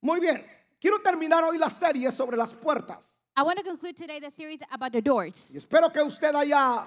Muy bien, quiero terminar hoy la serie sobre las puertas. I want to conclude today the series about the doors. Y espero que usted haya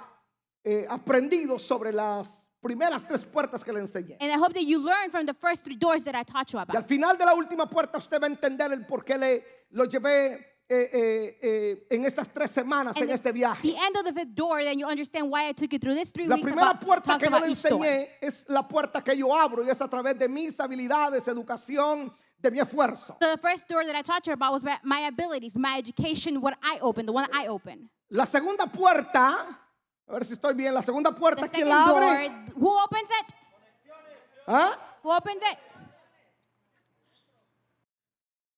eh, aprendido sobre las primeras tres puertas que le enseñé. And I hope that you learn from the first three doors that I taught you Y al about. final de la última puerta usted va a entender el por qué le, lo llevé eh, eh, eh, en estas tres semanas, en And este viaje. The end of the fifth door, then you understand why I took you through these three La weeks primera about puerta talking que yo le about each door. enseñé es la puerta que yo abro y es a través de mis habilidades, educación, de mi esfuerzo. So the first door that I taught you about was about my abilities, my education, what I opened, the one I opened. La segunda puerta, a ver si estoy bien, la segunda The puerta, ¿quién second la door, abre? who opens it? ¿Ah? Who opens it?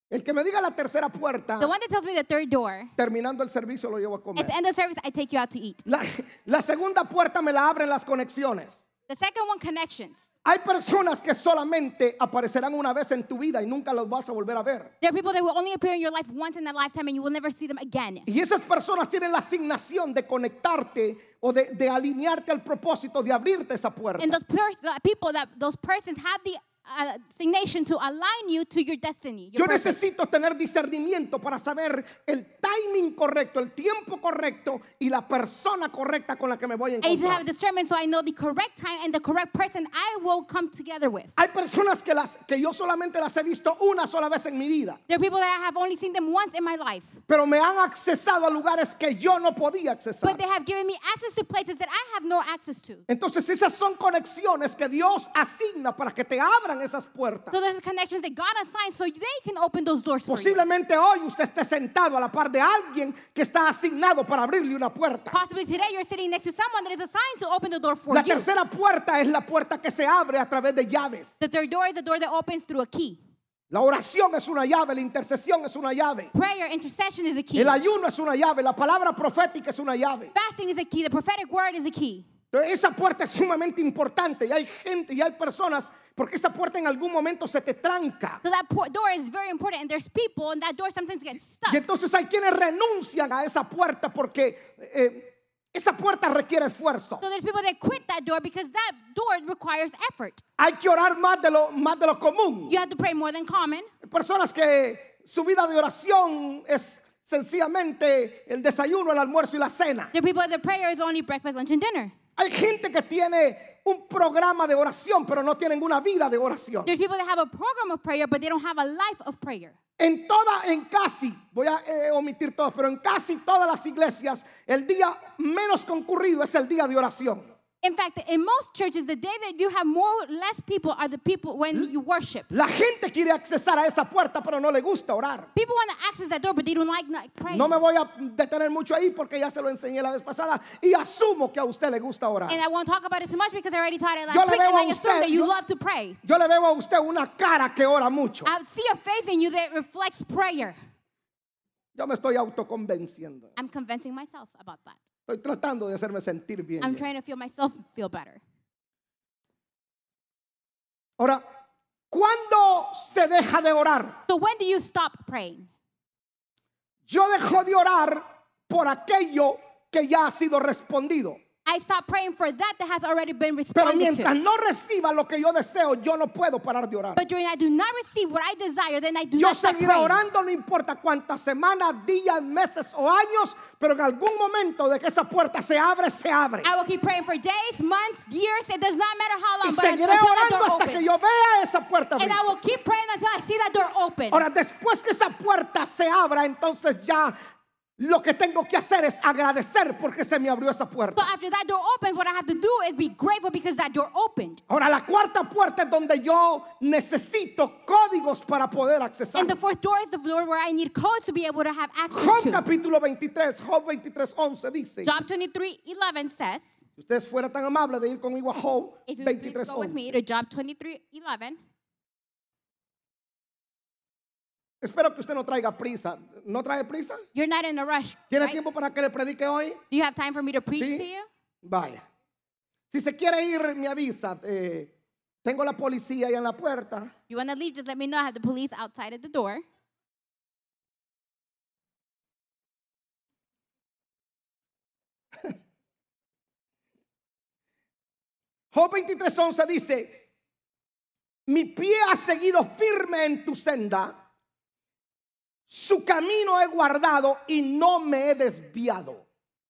El que me diga la tercera puerta, The one that tells me the third door. terminando el servicio lo llevo a comer. At the end of service, I take you out to eat. La, la segunda puerta me la abren las conexiones. The second one, connections. Hay personas que solamente aparecerán una vez en tu vida y nunca los vas a volver a ver. There are people that will only appear in your life once in a lifetime and you will never see them again. Y esas personas tienen la asignación de conectarte o de, de alinearte al propósito de abrirte esa puerta. And those pers- the people that those persons have the uh, designation to align you to your destiny. Yo Your purpose. necesito tener discernimiento para saber el timing correcto, el tiempo correcto y la persona correcta con la que me voy a I need to encontrar. have discernment so I know the correct time and the correct person I will come together with. Hay personas que, las, que yo solamente las he visto una sola vez en mi vida, There are people that I have only seen them once in my life, pero me han accesado a lugares que yo no podía accesar. but they have given me access to places that I have no access to. Entonces esas son conexiones que Dios asigna para que te abran esas puertas. So there's connections that God assigns so they can open those doors for you. Posiblemente hoy usted esté sentado a la par de alguien que está asignado para abrirle una puerta. Possibly today you're sitting next to someone that is assigned to open the door for La you. tercera puerta es la puerta que se abre a través de llaves. The third door is the door that opens through a key. La oración es una llave, la intercesión es una llave, Prayer, intercession is a key. el ayuno es una llave, la palabra profética es una llave. Fasting is a key. The prophetic word is a key. Entonces, esa puerta es sumamente importante y hay gente y hay personas porque esa puerta en algún momento se te tranca. So that por- door is very important, and there's people, and that door sometimes gets stuck. Y entonces hay quienes renuncian a esa puerta porque eh, esa puerta requiere esfuerzo. So there's people that quit that door because that door requires effort. Hay que orar más de lo, más de lo común. You have to pray more than common. Hay Personas que su vida de oración es sencillamente el desayuno, el almuerzo y la cena. There are people that their prayer is only breakfast, lunch, and dinner. Hay gente que tiene un programa de oración, pero no tienen una vida de oración. There's people that have a program of prayer, but they don't have a life of prayer. En toda, en casi, voy a eh, omitir todos, pero en casi todas las iglesias, el día menos concurrido es el día de oración. In fact, in most churches, the day that you have more less people are the people when you worship. La gente quiere accesar a esa puerta, pero no le gusta orar. People want to access that door, but they don't like not praying. No me voy a detener mucho ahí porque ya se lo enseñé la vez pasada y asumo que a usted le gusta orar. and I won't talk about it too much because I already taught it Yo last le week, and veo I a assume usted, that you yo- love to pray. Yo le veo a usted una cara que ora mucho. I see a face in you that reflects prayer. Yo me estoy autoconvenciendo. I'm convincing myself about that. Estoy tratando de hacerme sentir bien. I'm trying to feel myself feel better. Ahora, ¿cuándo se deja de orar? So when do you stop praying? Yo dejo de orar por aquello que ya ha sido respondido. I stop praying for that that has already been Pero responded mientras to. no reciba lo que yo deseo, yo no puedo parar de orar. But during I do not receive what I desire, then I do Yo not stop seguiré praying. orando, no importa cuántas semanas, días, meses o años, pero en algún momento de que esa puerta se abre, se abre. I will keep praying for days, months, years. It does not matter how Y long, but until seguiré that orando door hasta que opens. yo vea esa puerta And abrir. I will keep praying until I see that door open. Ahora, después que esa puerta se abra, entonces ya lo que tengo que hacer es agradecer porque se me abrió esa So puerta. after that door opens, what I have to do is be grateful because that door opened. Ahora, la cuarta puerta es donde yo necesito códigos para poder accesar. And the fourth door is the door where I need codes to be able to have access Job to. capítulo 23, Job 23, 11 dice, Job 23 11 says, si ustedes fueran tan amables de ir conmigo a Job if you would please 23, go with me 11. to Job 23 11. Espero que usted no traiga prisa. ¿No trae prisa? You're not in a rush. ¿Tiene right? tiempo para que le predique hoy? Do you have time for me to preach Sí. to you? Vaya. Si se quiere ir, me avisa. Eh, tengo la policía allá en la puerta. You want to leave? Just let me know. I have the police outside at the door. Job 23:11 dice, mi pie ha seguido firme en tu senda Su camino he guardado y no me he desviado.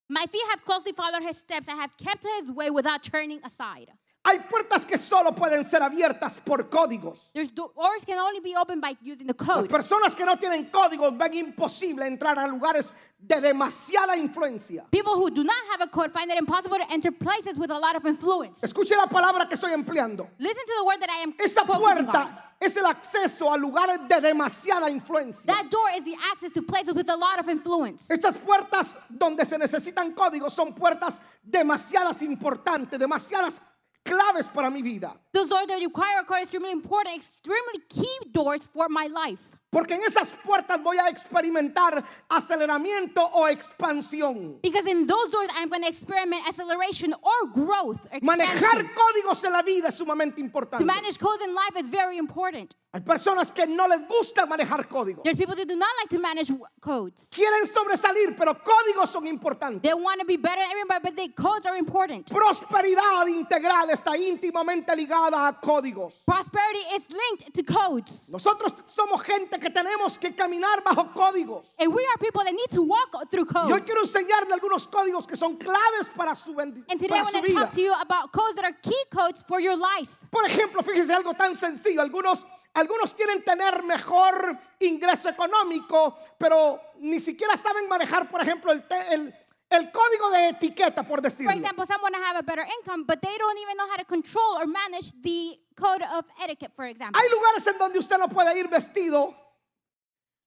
My feet have closely followed his steps. I have kept to his way without turning aside. Hay puertas que solo pueden ser abiertas por códigos. There's do- doors can only be opened by using the Las code. personas que no tienen códigos ven imposible entrar a lugares de demasiada influencia. People who do not have a code find it impossible to enter places with a lot of influence. Escuche la palabra que estoy empleando. Listen to the word that I am Esa focusing on. puerta es el acceso a lugares de demasiada influencia. That door is the access to places with a lot of influence. Estas puertas donde se necesitan códigos son puertas demasiadas importantes, demasiadas claves para mi vida. Those doors that require a code are extremely important, extremely key doors for my life. Porque en esas puertas voy a experimentar aceleramiento o expansión. Because in those doors, I'm going to experiment acceleration or growth. or expansion. Manejar códigos en la vida es sumamente To importante. manage codes in life is very important. Hay personas que no les gusta manejar códigos. There's people that do not like to manage w- codes. Quieren sobresalir, pero códigos son importantes. They want to be better than everybody, but the codes are important. Prosperidad integral está íntimamente ligada a códigos. Prosperity is linked to codes. Nosotros somos gente que tenemos que caminar bajo códigos. And we are people that need to walk through Y Yo codes. quiero enseñarle algunos códigos que son claves para su And today bendición, I want su to vida. talk to you about codes that are key codes for your life. Por ejemplo, fíjese algo tan sencillo. Algunos, algunos quieren tener mejor ingreso económico, pero ni siquiera saben manejar, por ejemplo, el, te- el, el código de etiqueta, por For decirlo. example, someone to have a better income, but they don't even know how to control or manage the code of etiquette, for example. Hay lugares en donde usted no puede ir vestido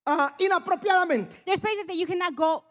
ah, inapropiadamente. There's places that you cannot go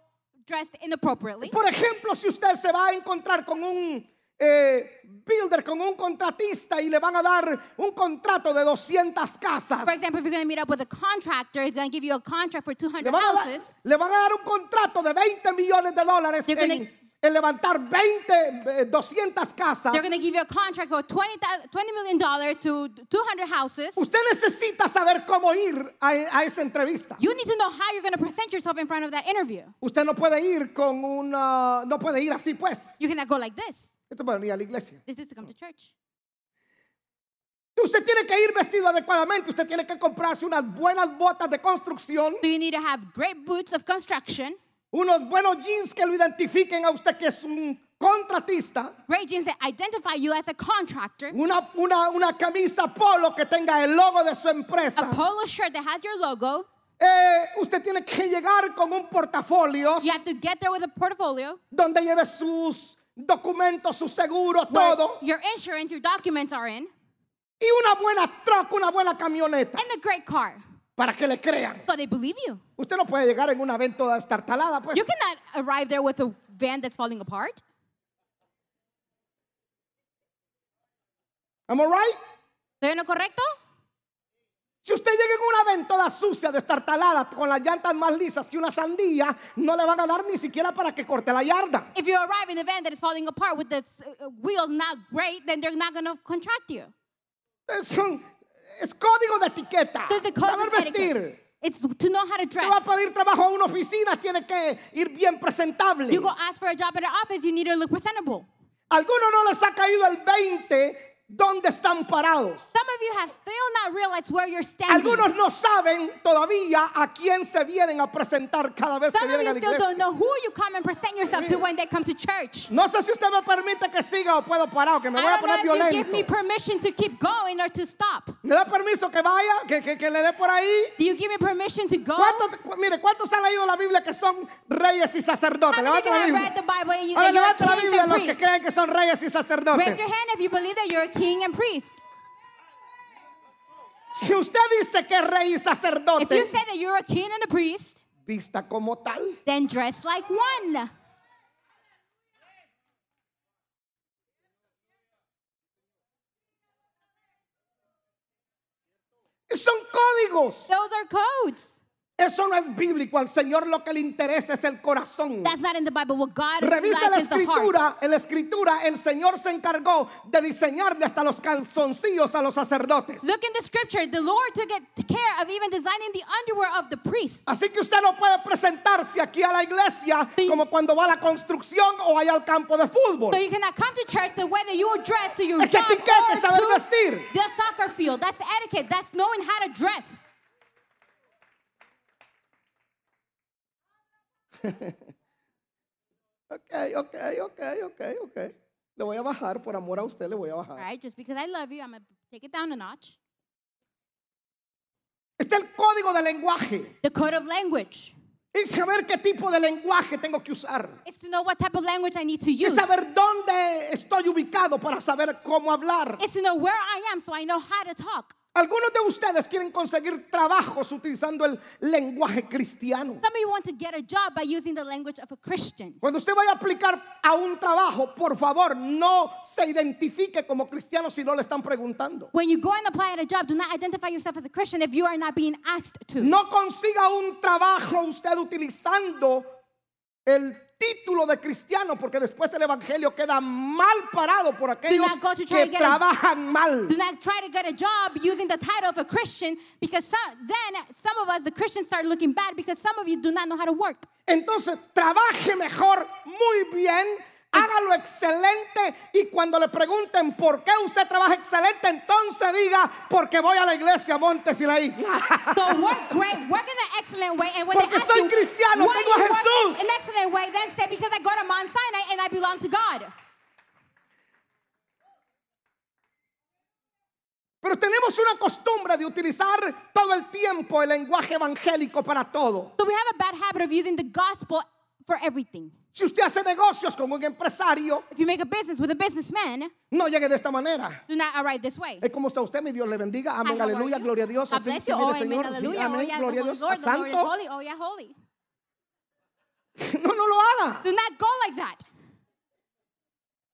dressed inappropriately. Por ejemplo, si usted se va a encontrar con un eh, builder, con un contratista y le van a dar un contrato de 200 casas. For example, if you're going to meet up with a contractor, he's going to give you a contract for 200 Le van, a dar, houses. le van a dar un contrato de 20 millones de dólares They're gonna- en, en levantar 20, eh, 200 casas. They're going to give you a contract for 20, $20 million dollars to 200 houses. Usted necesita saber cómo ir a, a esa entrevista. You need to know how you're going to present yourself in front of that interview. Usted no puede ir con una, no puede ir así pues. You cannot go like this. Esto para venir a la iglesia. This is to come to church. Usted tiene que ir vestido adecuadamente. Usted tiene que comprarse unas buenas botas de construcción, So you need to have great boots of construction, unos buenos jeans que lo identifiquen a usted que es un contratista. great jeans that identify you as a contractor, Una, una, una camisa polo que tenga el logo de su a empresa. polo shirt that has your logo. Eh, usted tiene que llegar con un portafolio You have to get there with a portfolio, donde lleve sus documentos, su seguro, where todo. your insurance, your documents are in, Y una buena troca, una buena camioneta and a great car. para que le crean. So they believe you. Usted no puede llegar en una van toda estartalada, pues. You cannot arrive there with a van that's falling apart. Am I right? ¿Estoy en lo correcto? Si usted llega en una van toda sucia, destartalada, con las llantas más lisas que una sandía, no le van a dar ni siquiera para que corte la yarda. If you arrive in a van that is falling apart with the uh, wheels not great, then they're not going to contract you. Es, un- es código de etiqueta. There's the code Saber of etiquette. vestir. It's to know how to Te va a dress. pedir trabajo a una oficina, tiene que ir bien presentable. You go ask for a job at an office, you need to look presentable. Algunos no les ha caído el 20 dónde están parados. Some of you have still not realized where you're standing. Algunos no saben todavía a quién se vienen a presentar cada vez que Some of vienen a la you still don't iglesia. know who you come and present yourself to when they come to church. No sé si usted me permite que siga o puedo parar o que me voy a I poner don't know if you give me violento. permission to keep going or to stop. ¿Me da permiso que vaya? ¿Que, que- que le dé por ahí? Do you give me permission to go? ¿Cuántos- cu- mire, ¿cuántos han leído la Biblia que son reyes y sacerdotes? How many of Levanta you la have Biblia. read the Bible and you Ahora that you're a levanta la king Biblia and los que priest? creen que son reyes y Raise sacerdotes. your hand if you believe that you're a king and priest. Si usted dice que es rey y If you sacerdote, say that you're a king and a priest, vista como tal. then dress like one. Son códigos. Those are codes. Eso no es bíblico. Al Señor lo que le interesa es el corazón. That's not in the Bible. What God Revisa la likes is the heart. escritura. En la escritura el Señor se encargó de diseñarle hasta los calzoncillos a los sacerdotes. Look in the scripture. The Lord took it to care of even designing the underwear of the priest. Así que usted no puede presentarse aquí a la iglesia Sí. como cuando va a la construcción o vaya al campo de fútbol. So you cannot come to church the way that you are dressed to your Es job etiqueta, or es saber to vestir. the soccer field. That's etiquette. That's knowing how to dress. Ok, ok, ok, ok, ok. Le voy a bajar, por amor a usted le voy a bajar. All right, just because I love you, I'm going to take it down a notch. Está el código de lenguaje. The code of language Y saber qué tipo de lenguaje tengo que usar. is to know what type of language I need to Y use. saber dónde estoy ubicado para saber cómo hablar. It's to know where I am so I know how to talk. Algunos de ustedes quieren conseguir trabajos utilizando el lenguaje cristiano. Some of you want to get a job by using the language of a Christian. Cuando usted vaya a aplicar a un trabajo, por favor, no se identifique como cristiano si no le están preguntando. When you go and apply at a job, do not identify yourself as a Christian if you are not being asked to. No consiga un trabajo usted utilizando el título de cristiano, porque después el evangelio queda mal parado por aquellos not go to que try to get a- trabajan mal. Do not try to get a job using the title of a Christian because some, then some of us, the Christians, start looking bad because some of you do not know how to work. Entonces, trabaje mejor, muy bien, hágalo excelente y cuando le pregunten por qué usted trabaja excelente, entonces diga, porque voy a la iglesia Monte Sinaí. So work great, work in an excellent way. And when Porque they ask soy you, cristiano, why tengo a do you work Jesús." in an excellent way, then say, because I go to Mount Sinai and I belong to God. Pero tenemos una costumbre de utilizar todo el tiempo el lenguaje evangélico para todo. So we have a bad habit of using the gospel for everything. Si usted hace negocios con un empresario, If you make a business with a businessman, no llegue de esta manera. do not arrive this way. Es como está usted, mi Dios le bendiga. Amén, Hi, how are aleluya, you? gloria a Dios. God Así, bless sí, you. mire, Oh, Señor, amen. sí, Hallelujah. Oh, amén, yeah, the gloria a Holy Dios. Lord, the Lord is Santo, holy. Oh, yeah, holy. no, no lo haga. Do not go like that.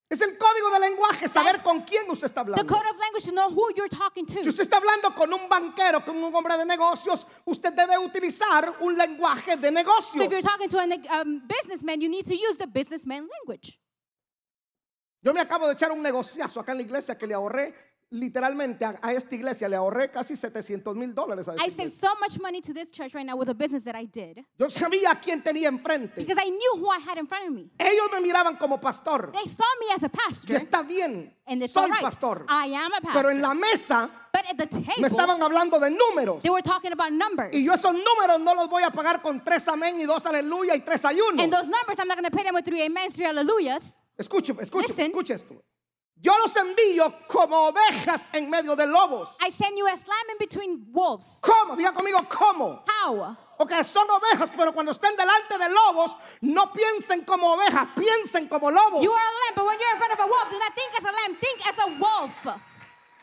Es el código de lenguaje, saber con quién usted está The hablando. code of language to know who you're talking Si to. usted está hablando con un banquero, con un hombre de negocios, usted debe utilizar un lenguaje de So negocios. if you're talking to a um, businessman, you need to use the businessman language. Yo me acabo de echar un negociazo acá en la iglesia que le ahorré, literalmente a, a esta iglesia le ahorré casi 700 mil dólares. a esta I saved iglesia. so much money to this church right now with a business that I did Yo sabía a quién tenía enfrente. because I knew who I had in front of me. Ellos me miraban como pastor. They saw me as a Y pastor, está bien, and it's all soy right. pastor. I am a Pero pastor. en la mesa But at the me table, estaban hablando de números. they were talking about numbers. Y yo esos números no los voy a pagar con tres amén y dos aleluya y tres ayunos. And those numbers, I'm not going to pay them with three amens, three hallelujahs. Escuche, escuche, Listen. escuche esto. Yo los envío como ovejas en medio de lobos. I send you as lamb in between wolves. ¿Cómo? Diga conmigo, ¿cómo? How? Porque son ovejas, pero cuando estén delante de lobos, no piensen como ovejas, piensen como lobos. You are a lamb, but when you're in front of a wolf, do not think as a lamb, think as a wolf.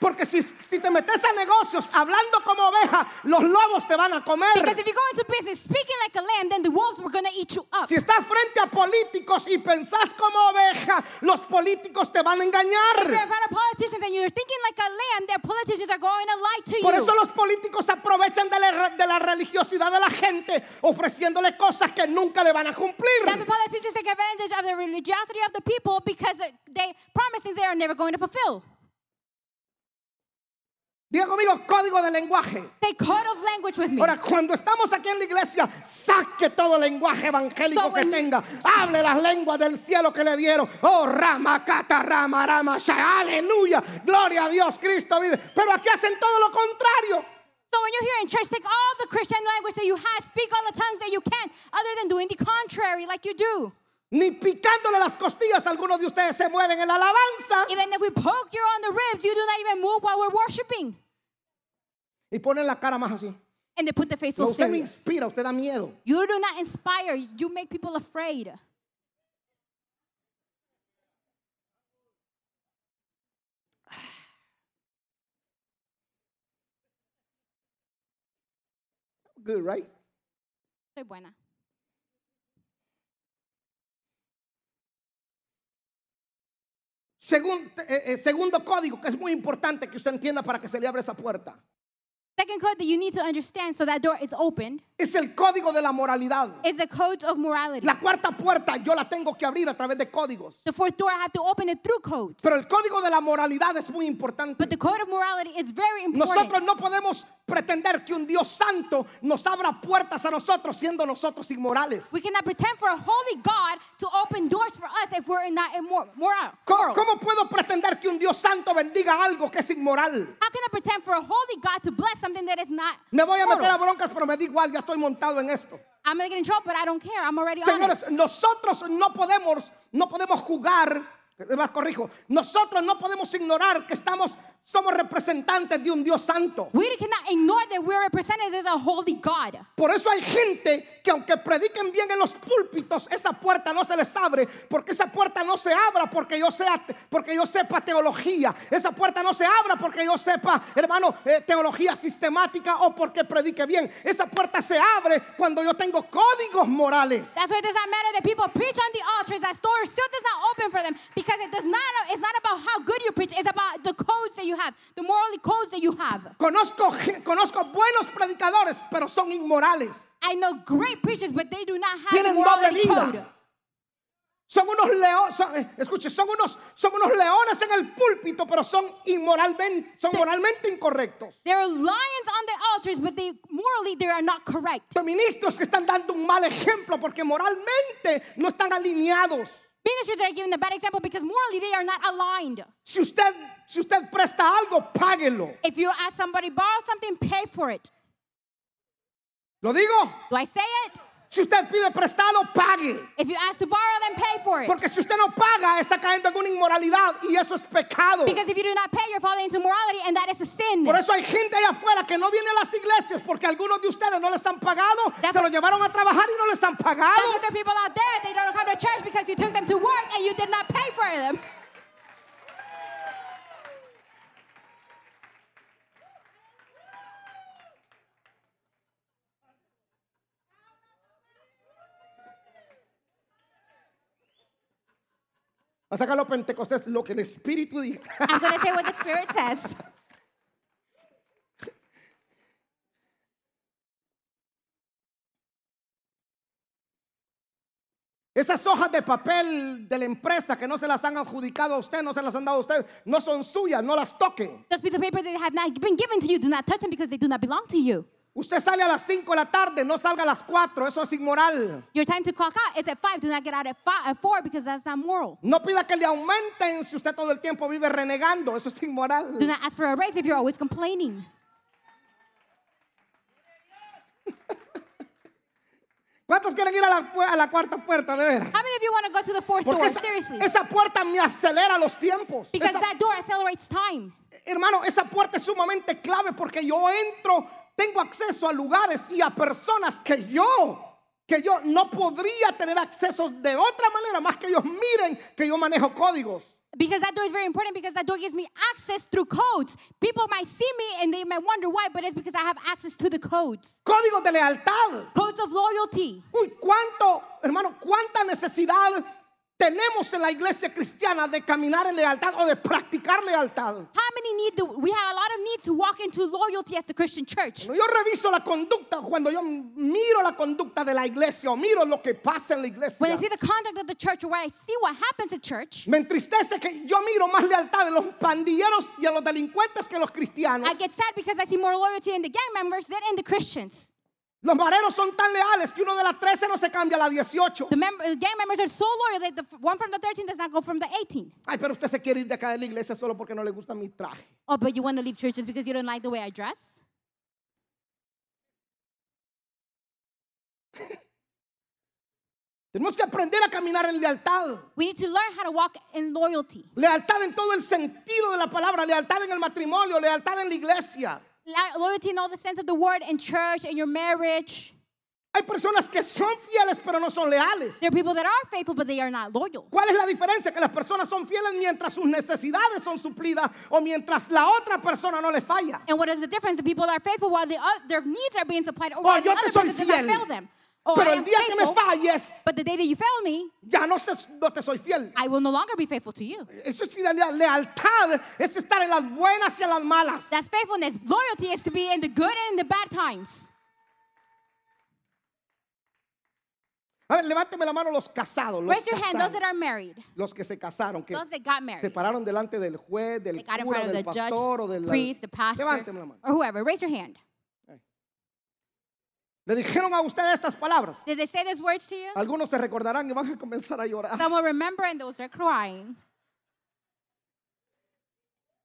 Porque si, si te metes a negocios hablando como oveja, los lobos te van a Because comer. if you go into business speaking like a lamb, then the wolves were going to eat you up. Si estás frente a políticos y pensás como oveja, los políticos te van a If you're engañar. in front of politicians and you're thinking like a lamb, their politicians are going to lie to Por you. eso los políticos aprovechan de la, de la religiosidad de la gente, ofreciéndole cosas que nunca le van a That's why cumplir. politicians take advantage of the religiosity of the people because they promises they are never going to fulfill. Diga conmigo, código de lenguaje. They cut off language with me. Ahora, cuando estamos aquí en la iglesia, saque todo lenguaje evangélico So que when- tenga. Hable las lenguas del cielo que le dieron. Oh, rama, cata, rama, rama, sha, aleluya. Gloria a Dios, Cristo vive. Pero aquí hacen todo lo contrario. So when you're here in church, take all the Christian language that you have, speak all the tongues that you can, other than doing the contrary like you do. Ni picándole las costillas, algunos de ustedes se mueven en la alabanza Even if we poke you on the ribs, you do not even move while we're worshiping. y ponen la cara más así. And they put the face No, so usted me serious. inspira, usted da miedo. You do not inspire, you make people afraid. Good, right? Soy buena. Según, eh, eh, segundo código que es muy importante que usted entienda para que se le abra esa puerta. Second code that you need to understand so that door is opened Es el código de la moralidad. is the code of morality. La cuarta puerta yo la tengo que abrir a través de códigos. The fourth door, I have to open it through codes. Pero el código de la moralidad es muy importante. But the code of morality is very important. Nosotros no podemos pretender que un Dios santo nos abra puertas a nosotros siendo nosotros inmorales. We cannot pretend for a holy God to open doors for us if we're not immor- moral. ¿Cómo, moral. cómo puedo pretender que un Dios santo bendiga algo que es inmoral? How can I pretend for a holy God to bless something that is not Me voy a meter a moral? broncas, pero me da igual, ya estoy estoy montado en esto. I'm gonna get in trouble, but I don't care. I'm already on it. Señores, nosotros no podemos, no podemos jugar, eh, más corrijo, nosotros no podemos ignorar que estamos, somos representantes de un Dios santo. We cannot ignore that we're representatives of the holy God. Por eso hay gente que aunque prediquen bien en los púlpitos, esa puerta no se les abre, porque esa puerta no se abra porque yo sea, porque yo sepa teología, esa puerta no se abra porque yo sepa, hermano, eh, teología sistemática o porque predique bien. Esa puerta se abre cuando yo tengo códigos morales. That's why it does not matter that people preach on the altars. That door still does not open for them because it does not. It's not about how good you preach. It's about the codes that you have, the morally codes that you have. Conozco, ge- conozco buenos predicadores, pero son inmorales. I know great preachers, but they do not have the Tienen doble morality vida. code. Son unos leones, escuche, son unos, son unos leones en el púlpito, pero son inmoralmente, son moralmente incorrectos. There are lions on the altars, but they morally they are not correct. Son ministros que están dando un mal ejemplo porque moralmente no están alineados. Ministers are giving a bad example because morally they are not aligned. Si usted, si usted presta algo, páguelo. If you ask somebody borrow something, pay for it. ¿Lo digo? Do I say it? Si usted pide prestado, pague. If you ask to borrow, then pay for it. Porque si usted no paga, está cayendo en una inmoralidad y eso es pecado. Because if you do not pay, you're falling into morality, and that is a sin. Por eso hay gente allá afuera que no viene a las iglesias porque algunos de ustedes no les han pagado, That's se lo what- llevaron a trabajar y no les han pagado. There's other people out there, they don't come to church because you took them to work and you did not pay for them. Va a sacar los pentecostés lo que el espíritu diga. I'm going to say what the Spirit says. Esas hojas de papel de la empresa que no se las han adjudicado a usted, no se las han dado a usted, no son suyas, no las toque. Those pieces of paper that have not been given to you, do not touch them because they do not belong to you. Usted sale a las 5 de la tarde, no salga a las 4, eso es inmoral. Your time to clock out is at 5. Do not get out at, five, at 4 because that's not moral. No pida que le aumenten si usted todo el tiempo vive renegando, eso es inmoral. Do not ask for a raise if you're always complaining. ¿Cuántos quieren ir a la, pu- a la cuarta puerta, de veras? How many of you want to go to the fourth Porque door? esa, Seriously. esa puerta me acelera los tiempos. Because Esa- that door accelerates time. hermano, esa puerta es sumamente clave porque yo entro, tengo acceso a lugares y a personas que yo que yo no podría tener acceso de otra manera más que ellos miren que yo manejo códigos. Because that door is very important because that door gives me access through codes. People might see me and they might wonder why, but it's because I have access to the codes. Códigos de lealtad. Codes of loyalty. Uy, cuánto, hermano, cuánta necesidad tenemos en la iglesia cristiana de caminar en lealtad o de practicar lealtad. How many need do we have a lot of need to walk into loyalty as the Christian church? Yo reviso la conducta cuando yo miro la conducta de la iglesia o miro lo que pasa en la When iglesia. I see the conduct of the church or when I see what happens at church, Me entristece que yo miro más lealtad de los pandilleros y a los delincuentes que a los cristianos. I get sad because I see more loyalty in the gang members than in the Christians. Los mareros son tan leales que uno de la 13 no se cambia a la 18. The, member, the gang members are so loyal that the f- one from the 13 does not go from the 18. Ay, pero usted se quiere ir de acá de la iglesia solo porque no le gusta mi traje. Oh, but you want to leave church just because you don't like the way I dress? Tenemos que aprender a caminar en lealtad. We need to learn how to walk in loyalty. Lealtad en todo el sentido de la palabra, lealtad en el matrimonio, lealtad en la iglesia. Li- loyalty in all the sense of the word in church in your marriage Hay personas que son fieles pero no son leales. there are people that are faithful but they are not loyal ¿Cuál es la diferencia? Que las personas son fieles mientras sus necesidades son suplidas o mientras la otra persona no le falla. and what is the difference the people that are faithful while the, oth- their needs are being supplied or Oh, while the yo te other soy person does not fiel. fail them oh, Pero I el am día que me faithful, falles, but the day that you fail me ya no, se- no te soy fiel. I will no longer be faithful to you Eso es fidelidad. Lealtad es estar en las buenas y en las malas. that's faithfulness loyalty is to be in the good and the bad times A ver, levánteme la mano los casados. Los, raise your hand those casados, that are married los que se casaron, que those that got se married pararon delante del juez, del they got in cura, front of del the judge pastor o del priest the pastor Levánteme la mano. or whoever raise your hand Le dijeron a usted estas palabras. did they say those words to you Algunos se recordarán y van a comenzar a llorar. some will remember and those are crying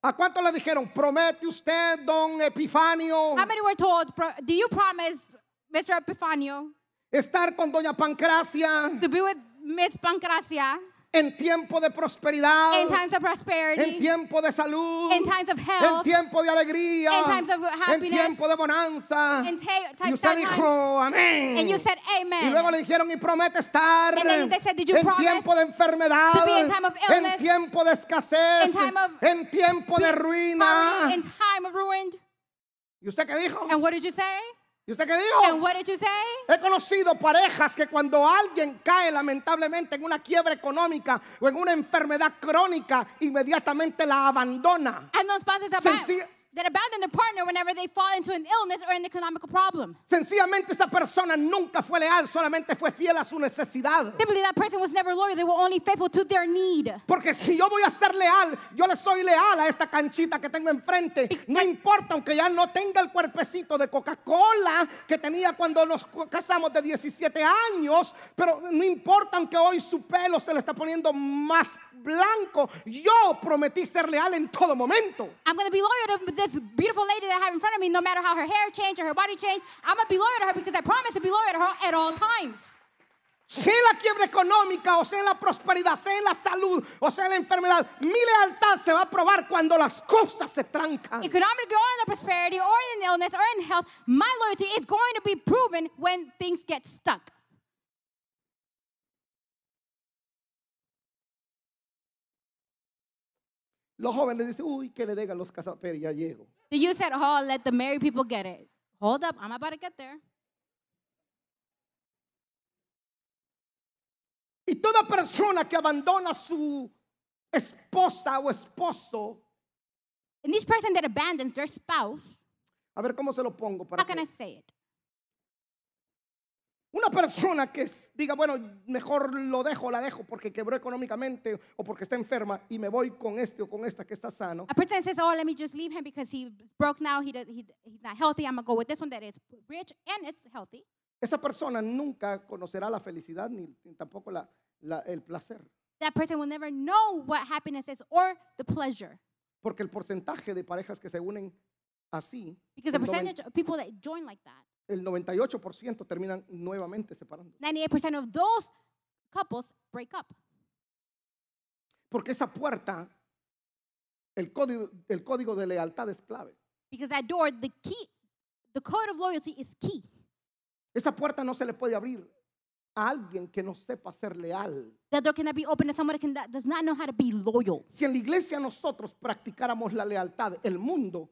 ¿A cuánto le dijeron? Promete usted, don Epifanio, How many were told, "Pro- do you promise Mr. Epifanio, estar con doña Pancracia to be with Miss Pancracia en tiempo de prosperidad, in times of en prosperity, tiempo de salud, in times of en health, tiempo de alegría, in times of en happiness, tiempo de bonanza. in ta- y times usted that times. dijo, amén. And you said, y luego Amen. le dijeron, y promete estar And then they said, "Did you en promise tiempo de enfermedad, to be in time of en illness, tiempo de escasez, in time of en tiempo de ruina. Poverty In time of ruined. ¿Y usted qué dijo? And what did you say? ¿Y usted qué dijo? And what did you say? He conocido parejas que cuando alguien cae lamentablemente en una quiebra económica o en una enfermedad crónica, inmediatamente la abandona. And those spouses that, Senci- aban- that abandon their partner whenever they fall into an illness or an economical problem. Sencillamente esa persona nunca fue leal, solamente fue fiel a su necesidad. They believe that person was never loyal. They were only faithful to their need. Porque si yo voy a ser leal, yo le soy leal a esta canchita que tengo enfrente. No importa, aunque ya no tenga el cuerpecito de Coca-Cola que tenía cuando nos cu- casamos de 17 años, pero no importa, aunque hoy su pelo se le está poniendo más blanco, yo prometí ser leal en todo momento. I'm going to be loyal to this beautiful lady that I have in front of me, no matter how her hair changed or her body changed. I'm going to be loyal to her because I promise to be loyal to her at all times. Sea la quiebra económica, o sea la prosperidad, sea la salud, o sea la enfermedad, mi lealtad se va a probar cuando las cosas se trancan. Economic or in the prosperity or in an illness or in health, my loyalty is going to be proven when things get stuck. Los jóvenes dicen, uy, que le den a los casados, pero ya llego. The youth said, Oh, let the married people get it. Hold up, I'm about to get there. Y toda persona que abandona a su esposa o esposo, And each person that abandons their spouse, a ver cómo se lo pongo para how can que- I say it? una persona que s- diga, bueno, mejor lo dejo, la dejo porque quebró económicamente o porque está enferma y me voy con este o con esta que está sano. A person says, "Oh, let me just leave him because he broke now. He, does, he he's not healthy. I'm gonna go with this one that is rich and it's healthy." Esa persona nunca conocerá la felicidad ni, ni tampoco la- la- el placer, That person will never know what happiness is or the pleasure porque el porcentaje de parejas que se unen así, because the el, noven- percentage of people that join like that, el 98% terminan nuevamente separando. 98% of those couples break up Porque esa puerta, el código, el código de lealtad es clave. because that door, the key, the code of loyalty is key. Esa puerta no se le puede abrir a alguien que no sepa ser leal. That door cannot be opened to someone that, can, that does not know how to be loyal. Si en la iglesia nosotros practicáramos la lealtad, el mundo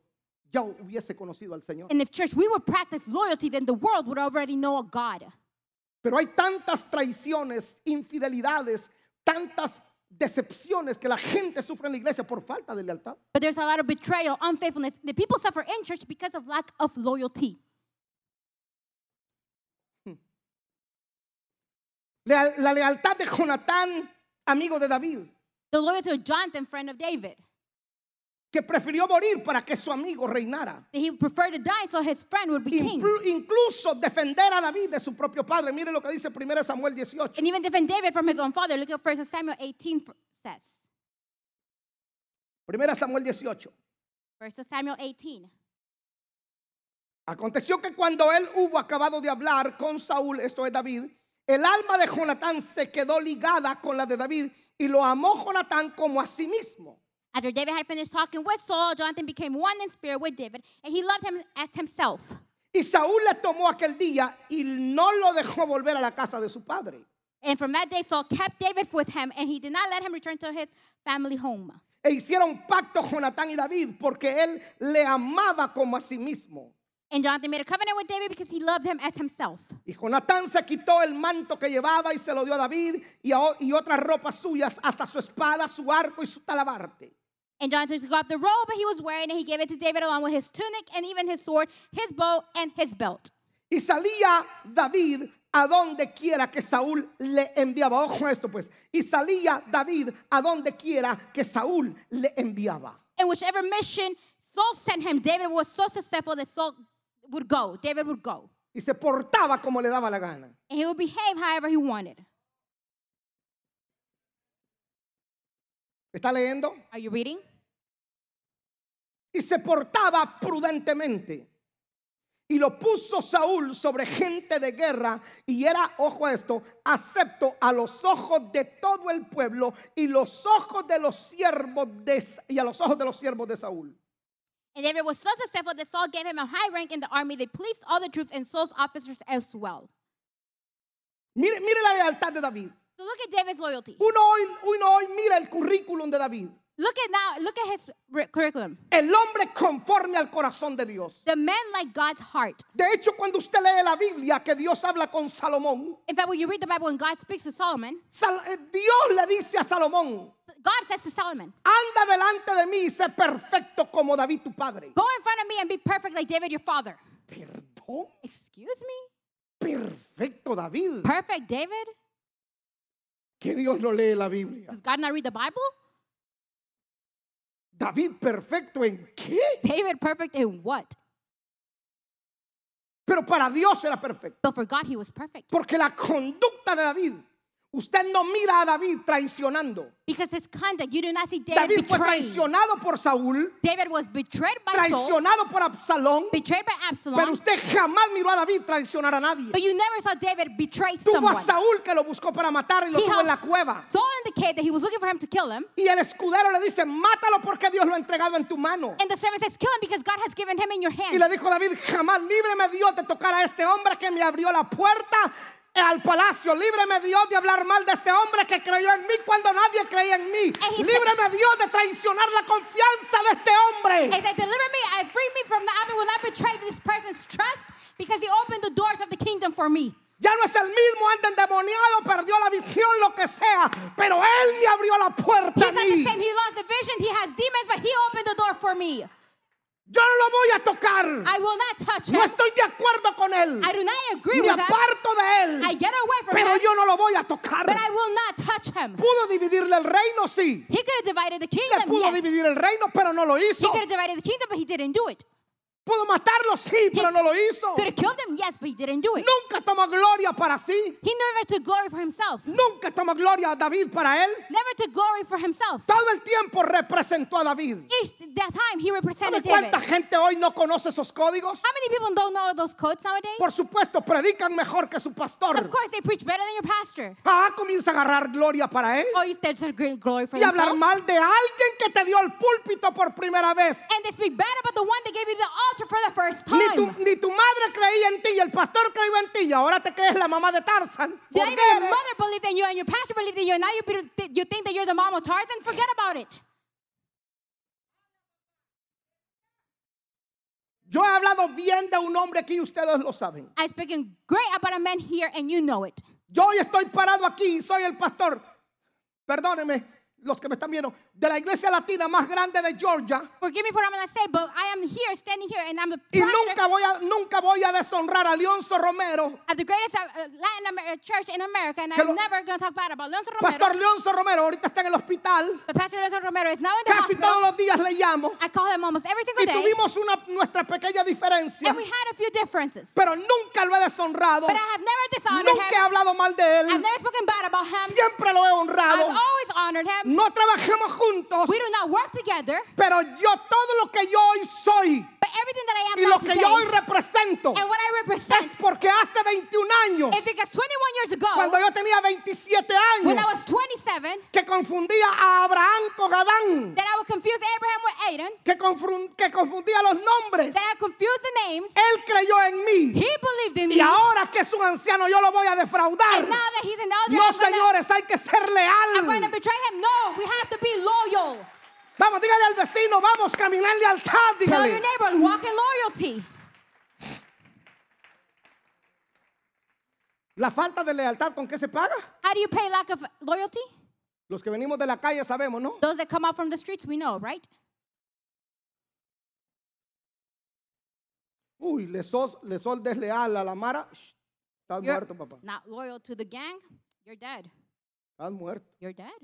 ya hubiese conocido al Señor. And if church we would practice loyalty, then the world would already know a God. Pero hay tantas traiciones, infidelidades, tantas decepciones que la gente sufre en la iglesia por falta de lealtad. But there's a lot of betrayal, unfaithfulness that people suffer in church because of lack of loyalty. La, la lealtad de Jonatán, amigo de David, The loyalty of Jonathan, friend of David, que prefirió morir para que su amigo reinara. that he preferred to die so his friend would be king. Inclu- incluso defender a David de su propio padre. Mire lo que dice 1 Samuel 18. And even defend David from his own father. Look at 1 Samuel 18 f- says. 1 Samuel 18. 1 Samuel 18. Aconteció que cuando él hubo acabado de hablar con Saúl, esto es David, el alma de Jonatán se quedó ligada con la de David y lo amó Jonatán como a sí mismo. After David had finished talking with Saul, Jonathan became one in spirit with David, and he loved him as himself. Y Saúl le tomó aquel día y no lo dejó volver a la casa de su padre. And from that day, Saul kept David with him, and he did not let him return to his family home. E hicieron pacto Jonatán y David porque él le amaba como a sí mismo. And Jonathan made a covenant with David because he loved him as himself. Y Jonatán se quitó el manto que llevaba y se lo dio a David y, a o- y otras ropas suyas, hasta su espada, su arco y su talabarte. And Jonathan took off the robe he was wearing, and he gave it to David along with his tunic and even his sword, his bow, and his belt. Y salía David a donde quiera que Saúl le enviaba. Ojo a esto pues. Y salía David a donde quiera que Saúl le enviaba. And whichever mission Saul sent him, David was so successful that Saul would go. David would go. Y se portaba como le daba la gana. And he would behave however he wanted. ¿Está leyendo? Are you reading? Y se portaba prudentemente. Y lo puso Saúl sobre gente de guerra y era, ojo a esto, acepto a los ojos de todo el pueblo y los ojos de los siervos de, y a los ojos de los siervos de Saúl. And David was so successful that Saul gave him a high rank in the army. They pleased all the troops and Saul's officers as well. Mire, mire la lealtad de David. So look at David's loyalty. Uno hoy, uno hoy mira el currículum de David. Look at now, look at his ri- curriculum. El hombre conforme al corazón de Dios. The man like God's heart. De hecho, cuando usted lee la Biblia que Dios habla con Salomón, In fact, when you read the Bible, when God speaks to Solomon, Sal- eh, Dios le dice a Salomón, God says to Solomon, anda delante de mí y sé perfecto como David tu padre. Go in front of me and be perfect like David your father. Perdón, Excuse me? perfecto David. Perfect David? Que Dios no lee la Biblia. Does God not read the Bible? David perfecto en qué? David perfect in what? Pero para Dios era perfecto. But for God, he was perfect. Porque la conducta de David, usted no mira a David traicionando. Because his conduct, you do not see David, David fue betrayed. traicionado por Saúl, David was betrayed by Saul, traicionado por Absalón, betrayed by Absalom, pero usted jamás miró a David traicionar a nadie. but you never saw David betray Tuvo a someone. Saúl que lo buscó para matar y lo He tuvo en la had cueva. Saul indicated that he was looking for him to kill him, Y el escudero le dice, mátalo porque Dios lo ha entregado en tu mano. and the servant says, "Kill him because God has given him in your hand." Y le dijo David, jamás líbreme Dios de tocar a este hombre que me abrió la puerta al palacio. Líbreme Dios de hablar mal de este hombre que creyó en mí cuando nadie creía en mí. he said- Líbreme Dios de traicionar la confianza de este He hombre. said, Deliver me, I free me from the I will not betray this person's trust because he opened the doors of the kingdom for me. Ya no es el mismo, anda endemoniado, perdió la visión, lo que sea. Pero él me abrió la puerta a He's not the mí. same. He lost the vision. He has demons, but he opened the door for me. Yo no lo voy a tocar. I will not touch him. No estoy de acuerdo con él. I do not agree Me with him. aparto de él. I get away from Pero him, yo no lo voy a tocar. but I will not touch him. Pudo dividirle el reino, sí. He could have divided the Le kingdom. pudo yes. dividir el reino, pero no lo He hizo. could have divided the kingdom, but he didn't do it. Pudo matarlo, sí, pero no lo hizo. Could have killed him, yes, but he didn't do it. Nunca tomó gloria para sí. He never took glory for himself. Nunca tomó gloria a David para él. Never took glory for himself. Todo el tiempo representó a David. Each that time he ¿Sabe represented David. cuánta gente hoy no conoce esos códigos? How many people don't know those codes nowadays? Por supuesto, predican mejor que su pastor. Of course, they preach better than your pastor. Ah, comienza a agarrar gloria para él Oh, you there's a great glory for y hablar themselves. mal de alguien que te dio el púlpito por primera vez. And they speak bad about the one that gave you the altar for the first Ni tu, time. ni tu madre creía en ti y el pastor creía en ti y ahora te crees la mamá de Tarzan. Not even Forget your it. mother believed in you and your pastor believed in you, and now you, be- you think that you're the mom of Tarzan? Forget about it. Yo he hablado bien de un hombre aquí y ustedes lo saben. I'm speaking great about a man here, and you know it. Yo hoy estoy parado aquí y soy el pastor, perdónenme los que me están viendo, de la iglesia latina más grande de Georgia Forgive me for what I'm going to say, but I am here, standing here, and I'm the y pastor nunca voy a, nunca voy a deshonrar a Leonzo Romero. of the greatest uh, uh, Latin Amer- church in America, and Que lo- I'm never going to talk bad about Leonzo Romero. Pastor Leonzo Romero ahorita está en el hospital, But Pastor Leonzo Romero is now in the casi hospital. todos los días le llamo I call him almost every single y day, tuvimos una, nuestra pequeña diferencia, and we had a few differences. pero nunca lo he deshonrado. But I have never dishonored Nunca he him. hablado mal de I've él. never spoken bad about him. Siempre lo he I've honrado. always honored him. No trabajamos juntos. We do not work together, Pero yo todo lo que yo hoy soy but everything that I y am lo now que yo hoy today represento and what I es represent porque hace 21 años, is because 21 years cuando ago, yo tenía 27 when I años, was 27, que confundía a Abraham con Adán, that I would confuse Abraham with Aiden, que, confrun- que confundía los nombres, that I confused the names. él creyó en mí. He believed in me. Y And ahora que es un anciano, yo lo voy a defraudar. now that he's an elder, No, I'm gonna- señores, hay que ser I'm going to leal. betray him. No, we have to be loyal. Vamos, dígale al vecino, vamos, caminar en lealtad, Tell your dígale. neighbor, walk in loyalty. La falta de lealtad, ¿con qué se paga? How do you pay lack of loyalty? Los que venimos de la calle sabemos, ¿no? Those that come out from the streets, we know, right? Uy, le sos, le sos desleal a la Mara. Shh, Estás You're muerto, papá. not loyal to the gang. You're dead. Estás muerto. You're dead.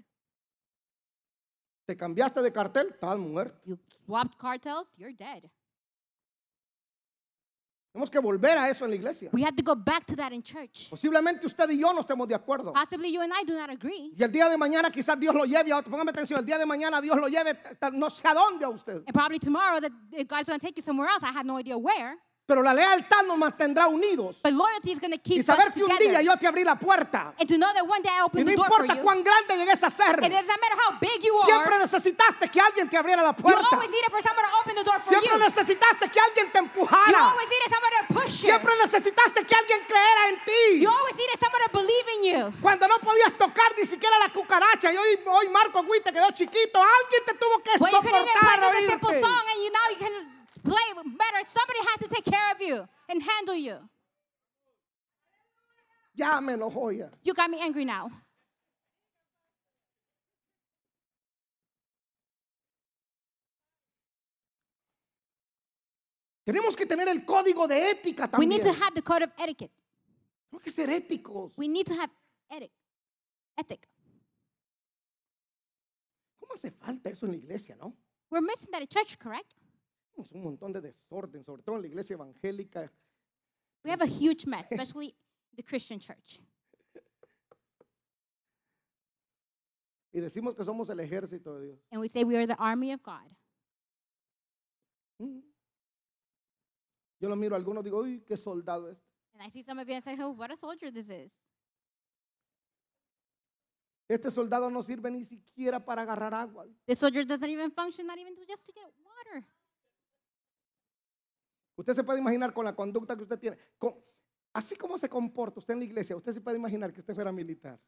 Te cambiaste de cartel. Estás muerto. You swapped cartels, you're dead. Tenemos que volver a eso en la iglesia. We have to go back to that in church. Posiblemente usted y yo no estemos de acuerdo. Possibly you and I do not agree. Y el día de mañana quizás Dios lo lleve a otro. Póngame atención. El día de mañana Dios lo lleve ta- ta- no sé a dónde a usted. And probably tomorrow that if God's going to take you somewhere else. I have no idea where. Pero la lealtad nos mantendrá unidos. But loyalty is going to Y keep us saber que un día together. yo te abrí la puerta. And to know that one day Y I open no the door for importa you. cuán grande llegues a ser. It doesn't matter how big you Siempre are. necesitaste que alguien te abriera la You puerta. always need it for someone to open the door for Siempre you. necesitaste que alguien te You empujara. always needed someone to push you. Siempre necesitaste que alguien creera en ti. You always needed someone to believe in you. Cuando no podías tocar ni siquiera la cucaracha, y hoy, hoy Marco Gui te quedó chiquito, alguien te tuvo que When you couldn't even play soportar. the simple oírte. song and you now you can play better, somebody had to take care of you and handle you. Ya me enojó ya. You got me angry now. Tenemos que tener el código de ética We también. need to have the code of etiquette. Tenemos que ser éticos. We need to have etic, ethic. ¿Cómo hace falta eso en la iglesia, no? We're missing that at church, correct? Tenemos un montón de desorden, sobre todo en la iglesia evangélica. We have a huge mess, especially the Christian church. Y decimos que somos el ejército de Dios. And we say we are the army of God. Mm. Yo lo miro a algunos, digo, uy, qué soldado este. And I see some of you and say, oh, what a soldier this is. Este soldado no sirve ni siquiera para agarrar agua. This soldier doesn't even function, not even to- just to get water. Usted se puede imaginar con la conducta que usted tiene. con- así como se comporta usted en la iglesia, usted se puede imaginar que usted fuera militar.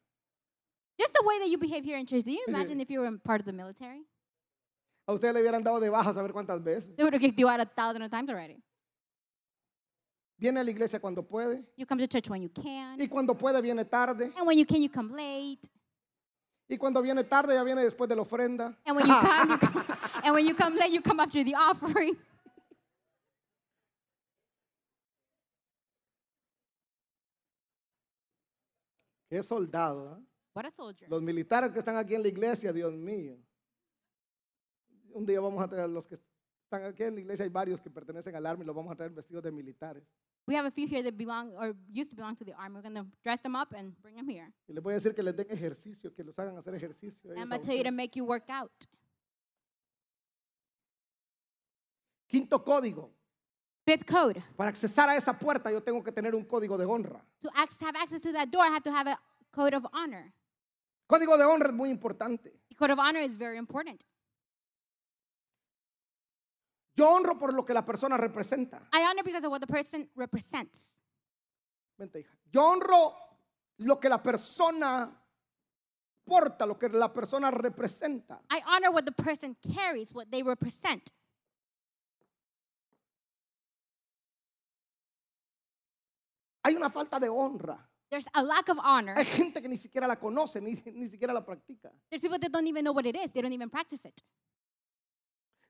Just the way that you behave here in church. Do you imagine if you were part of the military? A usted le hubieran dado de baja a saber cuántas veces. They would have kicked you out a thousand of times already. Viene a la iglesia cuando puede You come to church when you can. y cuando puede viene tarde And when you can, you come late. y cuando viene tarde ya viene después de la ofrenda. And when you come, you come and when you come late, you come after the offering. Qué soldado. ¿ah? What a soldier. Los militares que están aquí en la iglesia, Dios mío. Un día vamos a traer los que están aquí en la iglesia, hay varios que pertenecen al arma y los vamos a traer vestidos de militares. We have a few here that belong or used to belong to the army. We're gonna dress them up and bring them here. Y les voy a decir que les den ejercicio, que los hagan hacer ejercicio. a And I'm ellos a gonna tell you to ustedes. make you work out. Quinto código. Fifth code. Para accesar a esa puerta yo tengo que tener un código de honra. To ac- have access to that door, I have to have a code of honor. Código de honra es muy importante. The code of honor is very important. Yo honro por lo que la persona representa. I honor because of what the person represents. Vente, hija. Yo honro lo que la persona porta, lo que la persona representa. I honor what the person carries, what they represent. Hay una falta de honra. There's a lack of honor. Hay gente que ni siquiera la conoce, ni, ni siquiera la practica. There's people that don't even know what it is. They don't even practice it.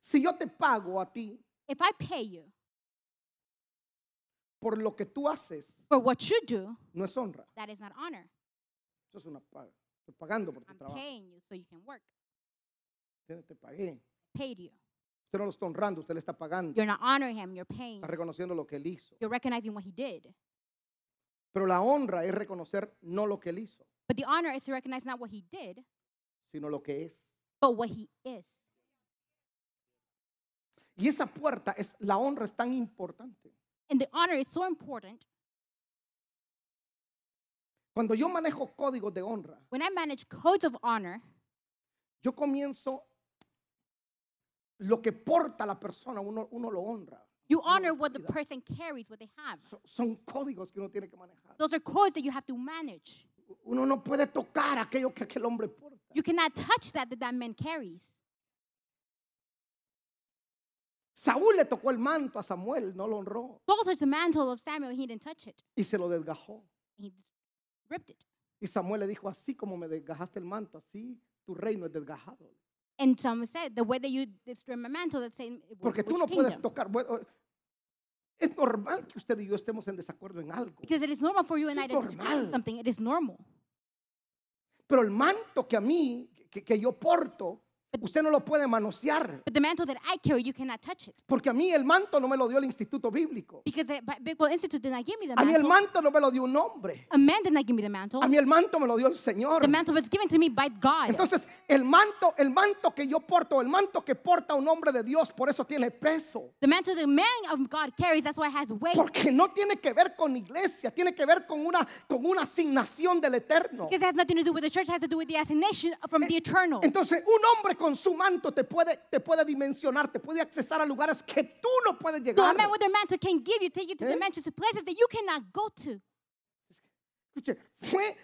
Si yo te pago a ti If I pay you por lo que tú haces, for what you do, no es honra. that is not honor. Eso es una paga. Estoy pagando por tu I'm trabajo. paying you so you can work. Te te pagué. Paid you. Usted no lo está honrando, usted le está pagando. You're not honoring him. You're paying. Está reconociendo lo que él hizo. You're recognizing what he did. Pero la honra es reconocer no lo que él hizo, But the honor is to recognize not what he did, sino lo que es. but what he is. Y esa puerta es la honra es tan importante. And the honor is so important. Cuando yo manejo códigos de honra, When I manage codes of honor, yo comienzo lo que porta la persona, uno, uno lo honra. you honor what the person carries, what they have. So- son códigos que uno tiene que manejar. Those are codes that you have to manage. Uno no puede tocar aquello que aquel hombre porta. You cannot touch that that that man carries. Saúl le tocó el manto a Samuel, no lo honró Saul touched the mantle of Samuel. He didn't touch it. y se lo desgajó. He ripped it. Y Samuel le dijo, así como me desgajaste el manto, así tu reino es desgajado. And some said the way that you destroy my mantle, that's saying it will- Porque tú which no puedes kingdom? tocar. Bueno, es normal que usted y yo estemos en desacuerdo en algo. Because it is normal for you and Es I to disagree on normal. something. It is normal. Pero el manto que a mí, que, que yo porto, Usted no lo puede manosear. But the mantle that I carry, you cannot touch it. Porque a mí el manto no me lo dio el Instituto Bíblico. Because the Bi- Big Boy Institute did not give me the A mí el mantle. manto no me lo dio un hombre. A man did not give me the mantle. A mí el manto me lo dio el Señor. The mantle was given to me by God. Entonces, el manto, el manto que yo porto, el manto que porta un hombre de Dios, por eso tiene peso. The mantle the man of God carries, that's why it has weight. Porque no tiene que ver con iglesia, tiene que ver con una, con una asignación del eterno. Because it has nothing to do with the church, it has to do with the assignation from the eternal. Eh, Entonces, un hombre con su manto te puede, te puede dimensionar, te puede accesar a lugares que tú no puedes So llegar. a man with a mantle can give you, take you to Eh? dimensions, to places that you cannot go to. Escuche, fue,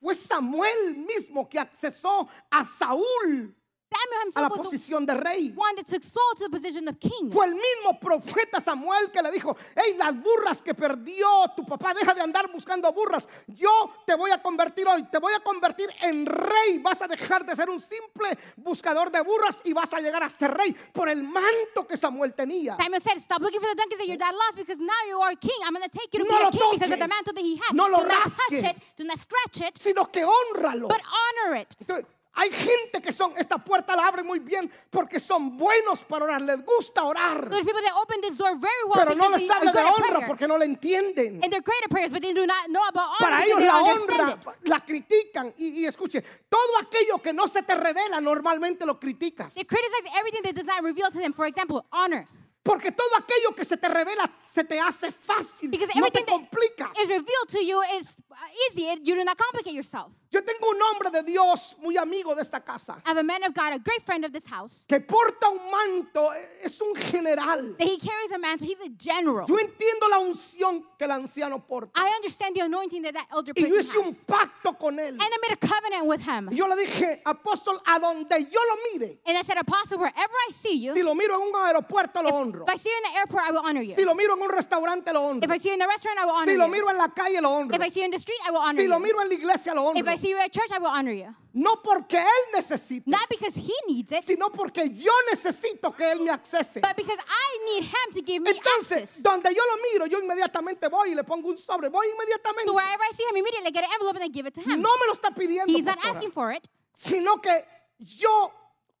fue Samuel mismo que accesó a Saúl Samuel a la himself was the posición de rey. one that took Saul to the position of king. Fue el mismo profeta Samuel que le dijo, hey, las burras que perdió tu papá, deja de andar buscando burras. Yo te voy a convertir hoy, te voy a convertir en rey. Vas a dejar de ser un simple buscador de burras y vas a llegar a ser rey por el manto que Samuel tenía. Samuel said, Stop looking for the donkeys that your dad lost because now you are a king. I'm going to take you to No be lo a king because of the toques. mantle that he had. No lo do not touch rasques. it, do not scratch it, Sino que honralo. but honor it. Entonces, hay gente que son, esta puerta la abren muy bien porque son buenos para orar, les gusta orar, There's people that open this door very well pero because no they les are habla good de at honra prayer. porque no la entienden. And they're great at prayers, but they do not know about honor Para because ellos they la don't understand honra it. la critican y, y escuche, todo aquello que no se te revela normalmente lo criticas. They criticize everything that does not reveal to them. For example, honor. Porque todo aquello que se te revela se te hace fácil, Because no te everything complicas. that is revealed to you is uh, easy. It- You do not complicate yourself. Yo tengo un hombre de Dios muy amigo de esta casa I have a man of God, a great friend of this house, que porta un manto, e- es un general. that he carries a mantle. He's a general. Yo entiendo la unción que el anciano porta I understand the anointing that that elder y person yo has. hice un pacto con él. And I made a covenant with him. Y yo le dije, apóstol, a donde yo lo mire, And I said, Apostle, wherever I see you, si lo miro en un aeropuerto lo honro, if I see you in the airport, I will honor you. si lo miro en un restaurante lo honro. If I see you in the restaurant, I will honor Si lo you. miro en la calle lo honro. If I see you in the street, I will honor Si lo you. miro en la iglesia lo honro. If I see you at church, I will honor you. No porque él necesite, Not because he needs it, sino porque yo necesito que él me accese. but because I need him to give me Entonces, access. donde yo lo miro, yo inmediatamente voy y le pongo un sobre. Voy inmediatamente. So wherever I see him, immediately I get an envelope and I give it to him. No me lo está pidiendo, He's not pastora, asking for it, sino que yo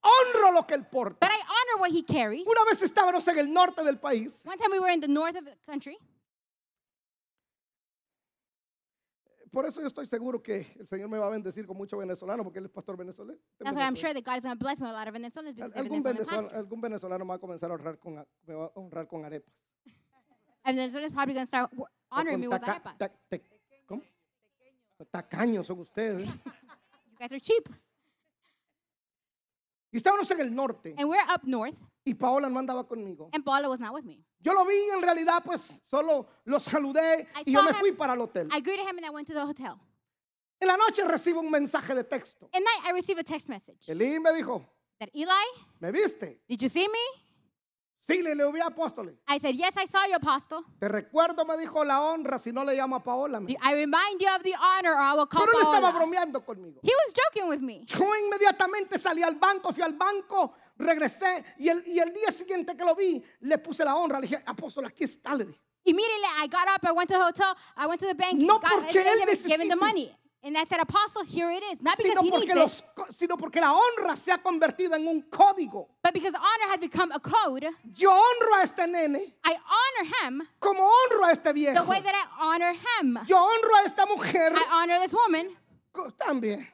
honro lo que él porta. but I honor what he carries. Una vez estábamos en el norte del país. One time we were in the north of the country. Por eso yo estoy seguro que el Señor me va a bendecir con mucho venezolano, porque él es pastor venezolano. That's why I'm sure that God is going to bless me with a lot of Venezuelans because Al- they're eh? Algún Venezuelan venezolano, pastors. algún venezolano me va a comenzar a honrar con, a- me va a honrar con arepas. And Venezuelans probably going to start wo- O con honoring me with taca- arepas. ta- te- ¿cómo? Tacaños son ustedes. You guys are cheap. Y estábamos en el norte And we're up north, y Paola no andaba conmigo. and Paula was not with me. Yo lo vi en realidad, pues solo lo saludé I y yo saw me him. fui para el hotel. I greeted him and I went to the hotel. En la noche recibo un mensaje de texto. At night, I received a text message Elí me dijo, that Eli, ¿me viste? did you see me? Sí, le, le vi a apóstoles. I said, Yes, I saw you, Apostle. Te recuerdo, me dijo la honra, si no le llamo a Paola. me Do- dijo. I remind you of the honor, or I will call Pero él estaba Paola. bromeando conmigo. He was joking with me. Yo inmediatamente salí al banco, fui al banco, regresé y el, y el día siguiente que lo vi, le puse la honra. Le dije, apóstol, aquí está. Le dije. Immediately, I got up, I went to the hotel, I went to the bank, No got, porque él gave, him the necesite. money. And I said, Apostle, here it is. Not because Sino he porque, needs los it, co- sino porque la honra se ha convertido en un código. but because honor has become a code. Yo honro a este nene I honor him como honro a este the viejo. way that I honor him. Yo honro a esta mujer I honor this woman co- también.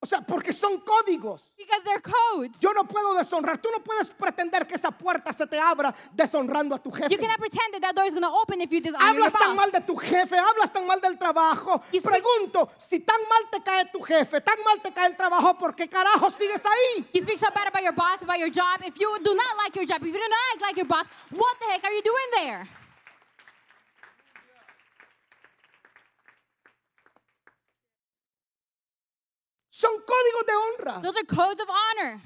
O sea, porque son códigos. because they're codes. Yo no puedo deshonrar. Tú no puedes pretender que esa puerta se te abra deshonrando a tu jefe. You cannot pretend that that door is going to open if you dishonor your Hablas tan boss. mal de tu jefe, hablas tan mal del trabajo. Y después- Pregunto, si tan mal te cae tu jefe, tan mal te cae el trabajo, ¿por qué carajo sigues ahí? You speak so bad about your boss, about your job. If you do not like your job, if you do not act like your boss, what the heck are you doing there? Son códigos de honra. Those are codes of honor.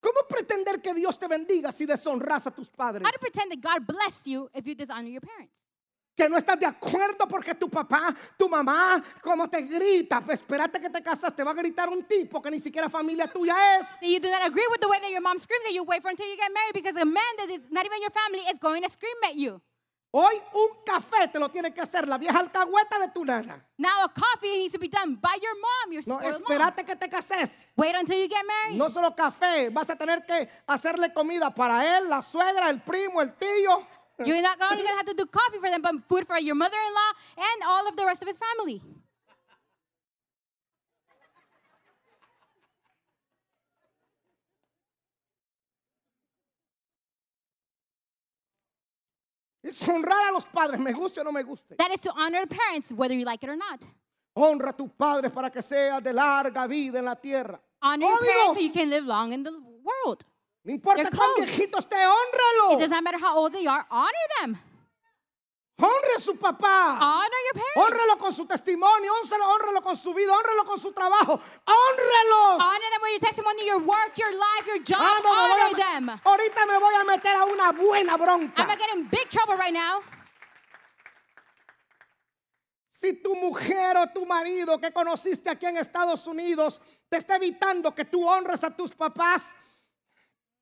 ¿Cómo pretender que Dios te bendiga si deshonras a tus padres? How to pretend that God bless you if you dishonor your parents? Que no estás de acuerdo porque tu papá, tu mamá, ¿cómo te grita? Pues espérate que te casas, te va a gritar un tipo que ni siquiera familia tuya es. That you do not agree with the way that your mom screams at you. Wait for until you get married because a man that is not even your family is going to scream at you. Hoy un café te lo tiene que hacer la vieja alcahueta de tu nana. Now a coffee needs to be done by your mom, your No, spoiled mom. espérate que te cases. Wait until you get married. No solo café, vas a tener que hacerle comida para él, la suegra, el primo, el tío. You're not only gonna have to do coffee for them, but food for your mother-in-law and all of the rest of his family. Es honrar a los padres, me guste o no me guste. That is to honor the parents, whether you like it or not. Honra a tus padres para que seas de larga vida en la tierra. Honor Oh, your parents so Dios. you can live long in the world. No importa They're cuán codes. viejito esté, It does honralo. not matter how old they are. Honor them. Honre a su papá. Honor your parents. Honralo con su testimonio, honralo, honralo con su vida, honralo con su trabajo. Honrelos. Honor them with your testimony, your work, your life, your job. Ah, no, me voy a honor me- them. Ahorita me voy a meter a una buena I'm bronca. gonna get in big trouble right now. Si tu mujer o tu marido que conociste aquí en Estados Unidos te está evitando que tú honres a tus papás,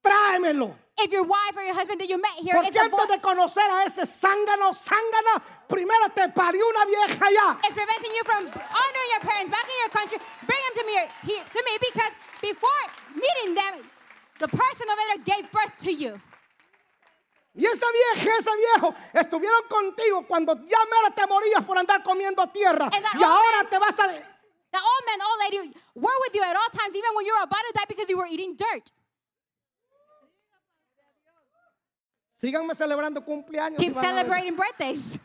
tráemelo. If your wife or your husband that you met here is Porque avo- antes de conocer a ese zángano, zángana, primero te parió una vieja allá. is preventing you from honoring your parents back in your country, bring them to me here, here- to me because before meeting them, the person over there gave birth to you. Y esa vieja, ese viejo estuvieron contigo cuando ya mero te morías por andar comiendo tierra. And that Y ahora woman- te vas a... The old man, old lady were with you at all times, even when you were about to die because you were eating dirt. Síganme celebrando cumpleaños. y Keep van a ver. celebrating birthdays.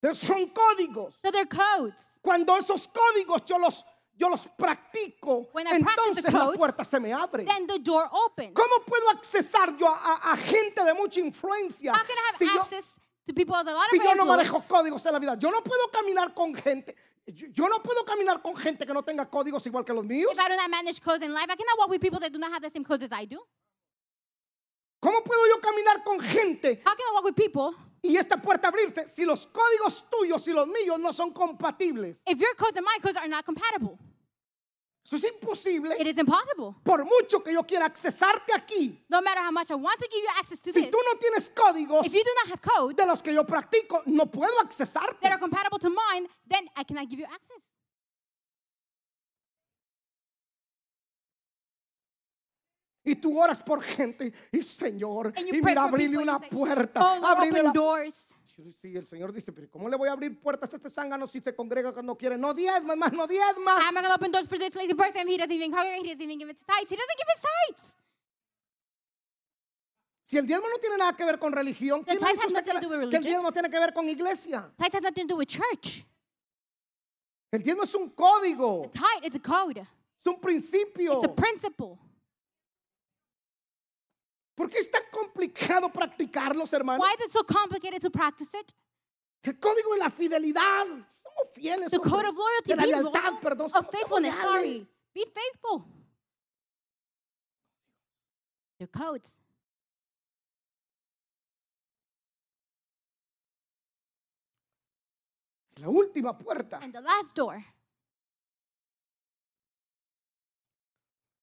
Pero Son códigos. So they're codes. Cuando esos códigos yo los, yo los practico, When I practice the entonces la codes, puerta se me abre. Then the door opens. ¿Cómo puedo accesar yo a, a- a gente de mucha influencia How can I have si, yo, access to people with a lot si of yo no influence? manejo códigos en la vida? Yo no puedo caminar con gente. Yo, yo no puedo caminar con gente que no tenga códigos igual que los míos. If I do not manage codes in life, I cannot walk with people that do not have the same codes as I do. ¿Cómo puedo yo caminar con gente How can I walk with people y esta puerta abrirse si los códigos tuyos y los míos no son compatibles? if your codes and my codes are not compatible? Eso es imposible. It is impossible. Por mucho que yo quiera accesarte aquí, No matter how much I want to give you access to si this, tú no tienes códigos if you do not have codes de los que yo practico, no puedo that are accesarte. compatible to mine, then I cannot give you access. Y tú oras por gente y Señor, And y you pray mira for abrirle people and una you say, puerta, Oh, Lord, abrirle open la doors. Sí, sí, el Señor dice, pero ¿cómo le voy a abrir puertas a este zángano si se congrega cuando quiere? No diezma, más no diezma. I'm not gonna open doors for this lazy person. He doesn't even congregate. He doesn't even give it to tithes. He doesn't give it tithes. Si el diezmo no tiene nada que ver con religión, ¿quién tithes ha dicho have usted que, nothing to la- do with que el religion. diezmo tiene que ver con iglesia? Tithes has nothing to do with church. El diezmo es un código, Tithe is a code. es un principio. It's a principle. ¿Por qué es tan complicado practicarlos, hermano? Why is it so complicated to practice it? El código de la fidelidad. Somos fieles. The hombre. code of loyalty, de la be lealtad, loyal, perdón. of somos- somos faithfulness. leales. Sorry, be faithful. Your codes. La última puerta. And the last door.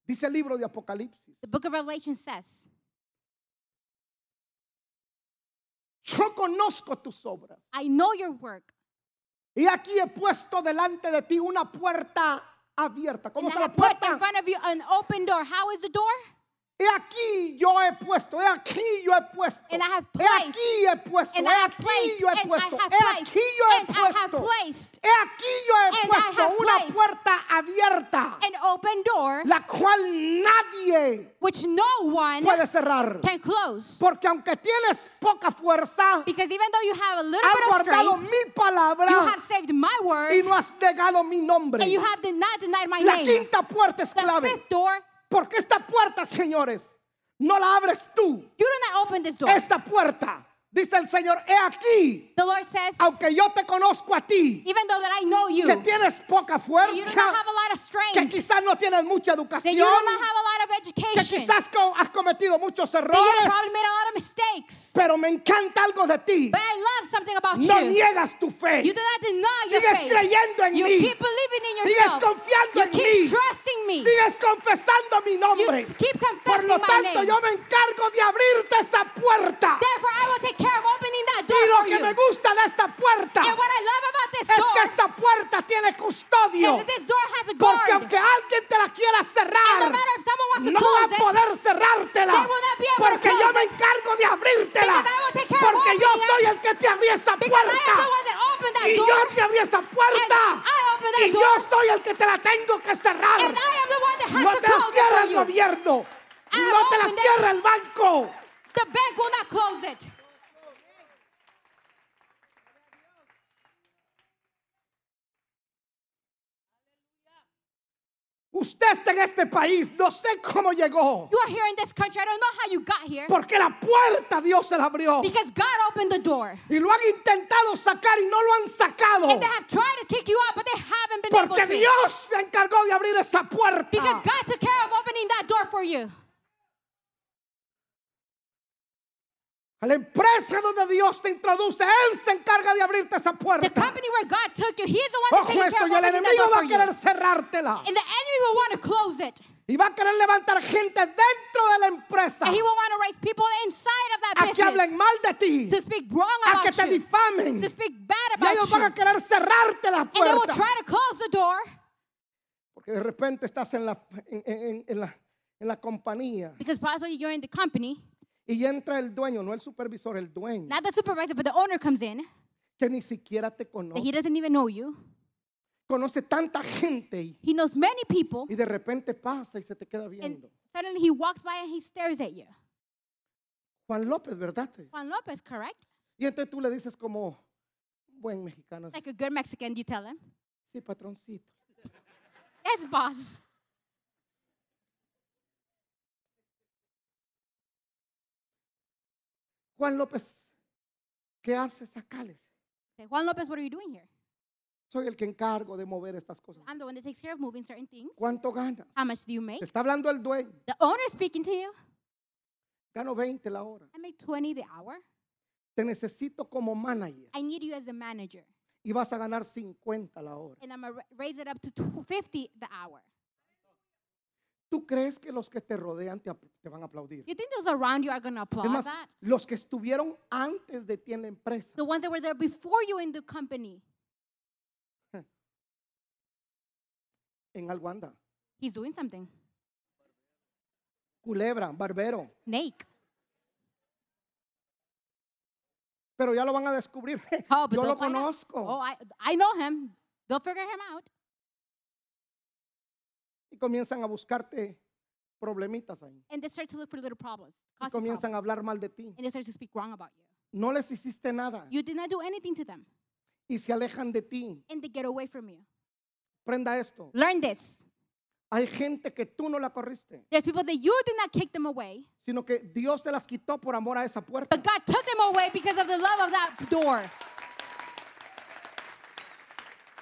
Dice el libro de Apocalipsis. The book of Revelation says, Yo conozco tus obras. I know your work. Y aquí he puesto delante de ti una puerta abierta. ¿Cómo And está I la have put in puerta? front of you an open door. How is the door? He aquí yo he puesto, he aquí yo he puesto. And I have he placed. aquí he puesto, And he I have aquí placed. yo he And I puesto. have He aquí placed. yo he And I have puesto. placed. He aquí yo he And I puesto have una placed. puerta abierta, An open door la cual nadie which no one puede cerrar. can close. Porque aunque tienes poca fuerza, Because even though you have a little has bit of guardado strength, mi you palabra have saved my y word no has negado mi nombre. and you have did not denied my La name. quinta puerta es The clave. fifth door, Porque esta puerta, señores, no la abres tú. you do not open this door. Esta puerta, dice el Señor, he aquí, The Lord says, aunque yo te conozco a ti, even though that I know you, que tienes poca that you do not fuerza, have a lot of que strength, quizás no tienes mucha that educación, you do not have a lot of que education. That quizás co- has cometido muchos you errores, probably made a lot of mistakes. pero me encanta algo de ti. But I love something about No you. niegas tu fe. You do not deny your Sigues faith. creyendo en you mí. keep believing in Sigues yourself. confiando you en keep mí. trusting me. Sigues confesando mi nombre. You keep confessing Por lo my tanto, name. yo me encargo de abrirte esa puerta. Therefore, I will take care of opening that door Y lo for que you. me gusta de esta puerta And what I love about this es door que esta puerta tiene is custodio. that this door has Porque a guard. aunque alguien te la quiera And no cerrar, matter if someone wants to no va close a it, poder cerrártela. they will not be able to Porque close yo me it. encargo de abrírtela. Because I will take care of Porque yo opening soy it. el que te abrí esa because I am the puerta. one that opened that Y door. yo te abrí esa puerta. And Eh, I opened that Y door. yo soy el que te la tengo que cerrar. And I am the one that has No to te la close cierra el it for you. gobierno. I have No te la opened it. cierra el banco. The bank will not close it. Usted está en este país. No sé cómo llegó. You are here in this country. I don't know how you got here. Porque la puerta Dios se la abrió. Because God opened the door. Y lo han intentado sacar y no lo han sacado. And they have tried to kick you out, but they haven't been Oh. Porque able to. Dios se encargó de abrir esa puerta. Because God took care of opening that door for you. A la empresa donde Dios te introduce, Él se encarga de abrirte esa The puerta. company where God took you, He's the one that's Ojo taking esto, care y el of opening that enemigo door va for a you. querer cerrártela. And the enemy will want to close it. Y va a querer levantar gente dentro de la empresa And he will want to raise people inside of that a que hablen business mal de ti, to speak wrong a que about te you, difamen. to Y speak bad about ellos van a you. querer cerrarte la And they will puerta. try to close the door Porque de repente estás en la, en- en- en la, en la compañía because possibly you're in the company, y entra el dueño, no el supervisor, el dueño, not the supervisor, but the owner comes in, que ni siquiera te that conoce. he doesn't even know you. Conoce tanta gente y He knows many people, y de repente pasa y se te queda and viendo. suddenly he walks by and he stares at you. Juan López, ¿verdad? Juan Lopez, correct? Y entonces tú le dices como buen mexicano, Like a good Mexican, you tell him. sí, patroncito. Yes, boss. Juan López, ¿qué haces acá? Le dice, Say, Juan Lopez, what are you doing here? Soy el que encargo de mover estas cosas. I'm the one that takes care of moving certain things. ¿Cuánto ganas? How much do you make? Te está hablando el dueño. The owner is speaking to you. Gano 20 la hora. I make 20 the hour. Te necesito como manager I need you as the manager. y vas a ganar 50 la hora. And I'm going to raise it up to tw- 50 the hour. ¿Tú crees que los que te rodean te, apl- te van a aplaudir? You think those around you are going to applaud Es más, that? los que estuvieron antes de ti en la empresa The ones that were there before you in the company. en algo anda. He's doing something. Culebra, barbero. Nake. Pero ya lo van a descubrir. Oh, but Yo they'll lo find out. conozco. Oh, I, I know him. They'll figure him out. Y comienzan a buscarte problemitas ahí. And they start to look for little problems. Y cause you comienzan problems. a hablar mal de ti. And they start to speak wrong about you. No les hiciste nada. You did not do anything to them. Y se alejan de ti. And they get away from you. Prenda esto. Learn this. Hay gente que tú no la corriste, There's people that you did not kick them away, sino que Dios te las quitó por amor a esa puerta. but God took them away because of the love of that door.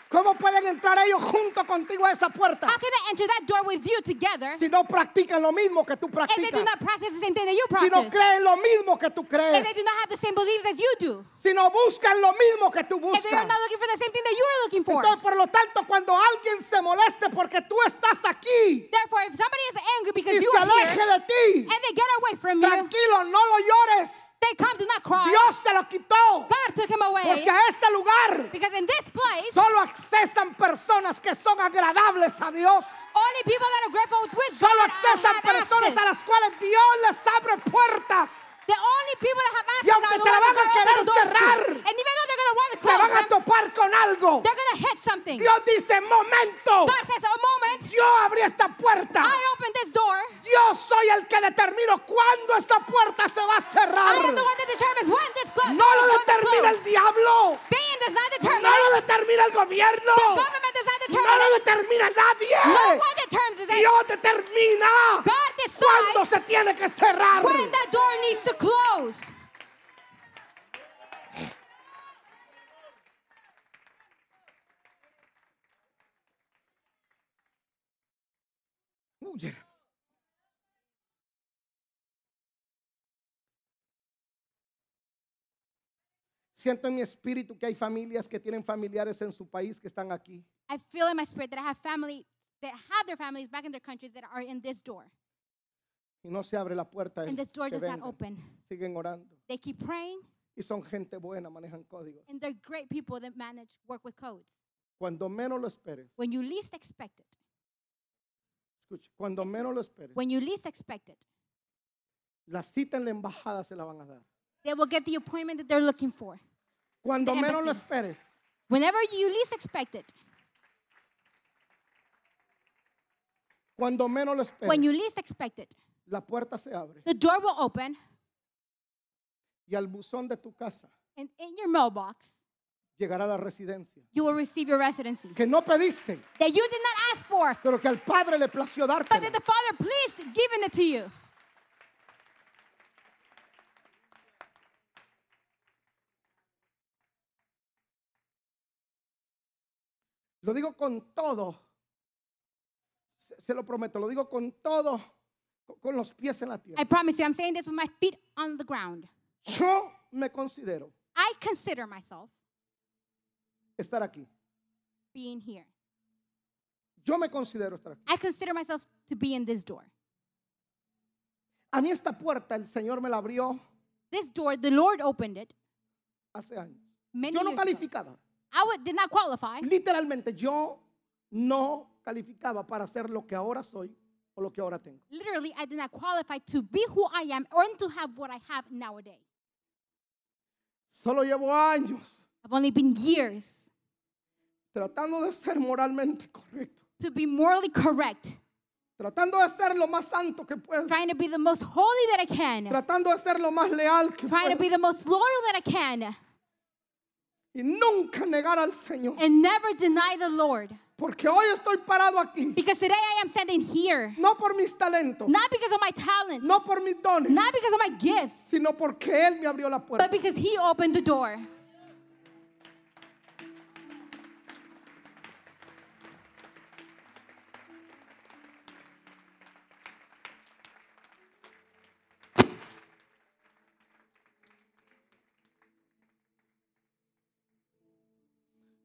¿Cómo pueden entrar ellos junto contigo a esa puerta How can they enter that door with you together si no practican lo mismo que tú if they practicas? do not practice the same thing that you Si no practice? creen lo mismo que tú If they crees. do not have the same beliefs as you do? Si no buscan lo mismo que tú If they are buscas. not looking for the same thing that you are looking for? Entonces, por lo tanto, cuando alguien se moleste porque tú estás aquí Therefore, if somebody is angry y because you se are aleje here de ti, and they get away from you, tranquilo, no lo llores. they come, do not cry. Dios te lo quitó. God took him away Porque a este lugar because in this place, solo accesan personas que son agradables a Dios. only people that are grateful with God Solo are- accesan have personas a access. las cuales Dios les abre puertas. The only people that have Y access aunque are the te la ones van a that are querer open the doors to. cerrar, And even though they're going to want to Se close van a them, topar con algo. they're going to hit something. Dios dice, momento, God says, a moment, yo abrí esta puerta. I open this door. Yo soy el que determino cuándo esta puerta se va a I am the cerrar. one that determines when this clo- No door is lo going to determina el close. diablo. Dan does not No determine lo it. determina el gobierno. The government does not No determine lo it. determina No nadie. one determines it. Dios determina God cuándo decides se tiene que cerrar. when that door needs to close. Huye. Siento en mi espíritu que hay familias que tienen familiares en su país que están aquí. I feel in my spirit that I have family that have their families back in their countries that are in this door. Y no se abre la puerta. And this door que does not vengan. open. Siguen orando. They keep praying, Y son gente buena, manejan códigos. and they're great people that manage work with codes. Cuando menos lo esperes, When you least expect it, escuche, cuando menos lo esperes, when you least expect it, la cita en la embajada se la van a dar. they will get the appointment that they're looking for. Cuando The menos lo embassy. esperes, Whenever you least expect it, cuando menos lo when esperes, you least expect it, la puerta se abre. the door will open, Y al buzón de tu casa and in your mailbox, llegará la residencia. you will receive your residency Que no pediste, that you did not ask for, pero que al Padre le plació darte. but that the Father pleased giving it to you. Lo digo con todo. Se, se lo prometo, lo digo con todo, co- con los pies en la I tierra. promise you, I'm saying this with my feet on the ground. Yo me considero I consider myself estar aquí. being here. Yo me considero estar aquí. I consider myself to be in this door. A mí esta puerta el Señor me la abrió This door, the Lord opened it hace años. many Yo no years ago. calificaba. I would, did not qualify. Literalmente yo no calificaba para ser lo que ahora soy o lo que ahora tengo. Literally, I did not qualify to be who I am or to have what I have nowadays. Solo llevo años I've only been years tratando de ser moralmente correcto, to be morally correct, tratando de ser lo más santo que puedo, trying to be the most holy that I can, tratando de ser lo más leal que trying to puedo be the most loyal that I can, y nunca negar al Señor. and never deny the Lord. Porque hoy estoy parado aquí, Because today I am standing here, no por mis talentos, not because of my talents, no por mis dones, not because of my gifts, sino porque Él me abrió la but puerta. because He opened the door.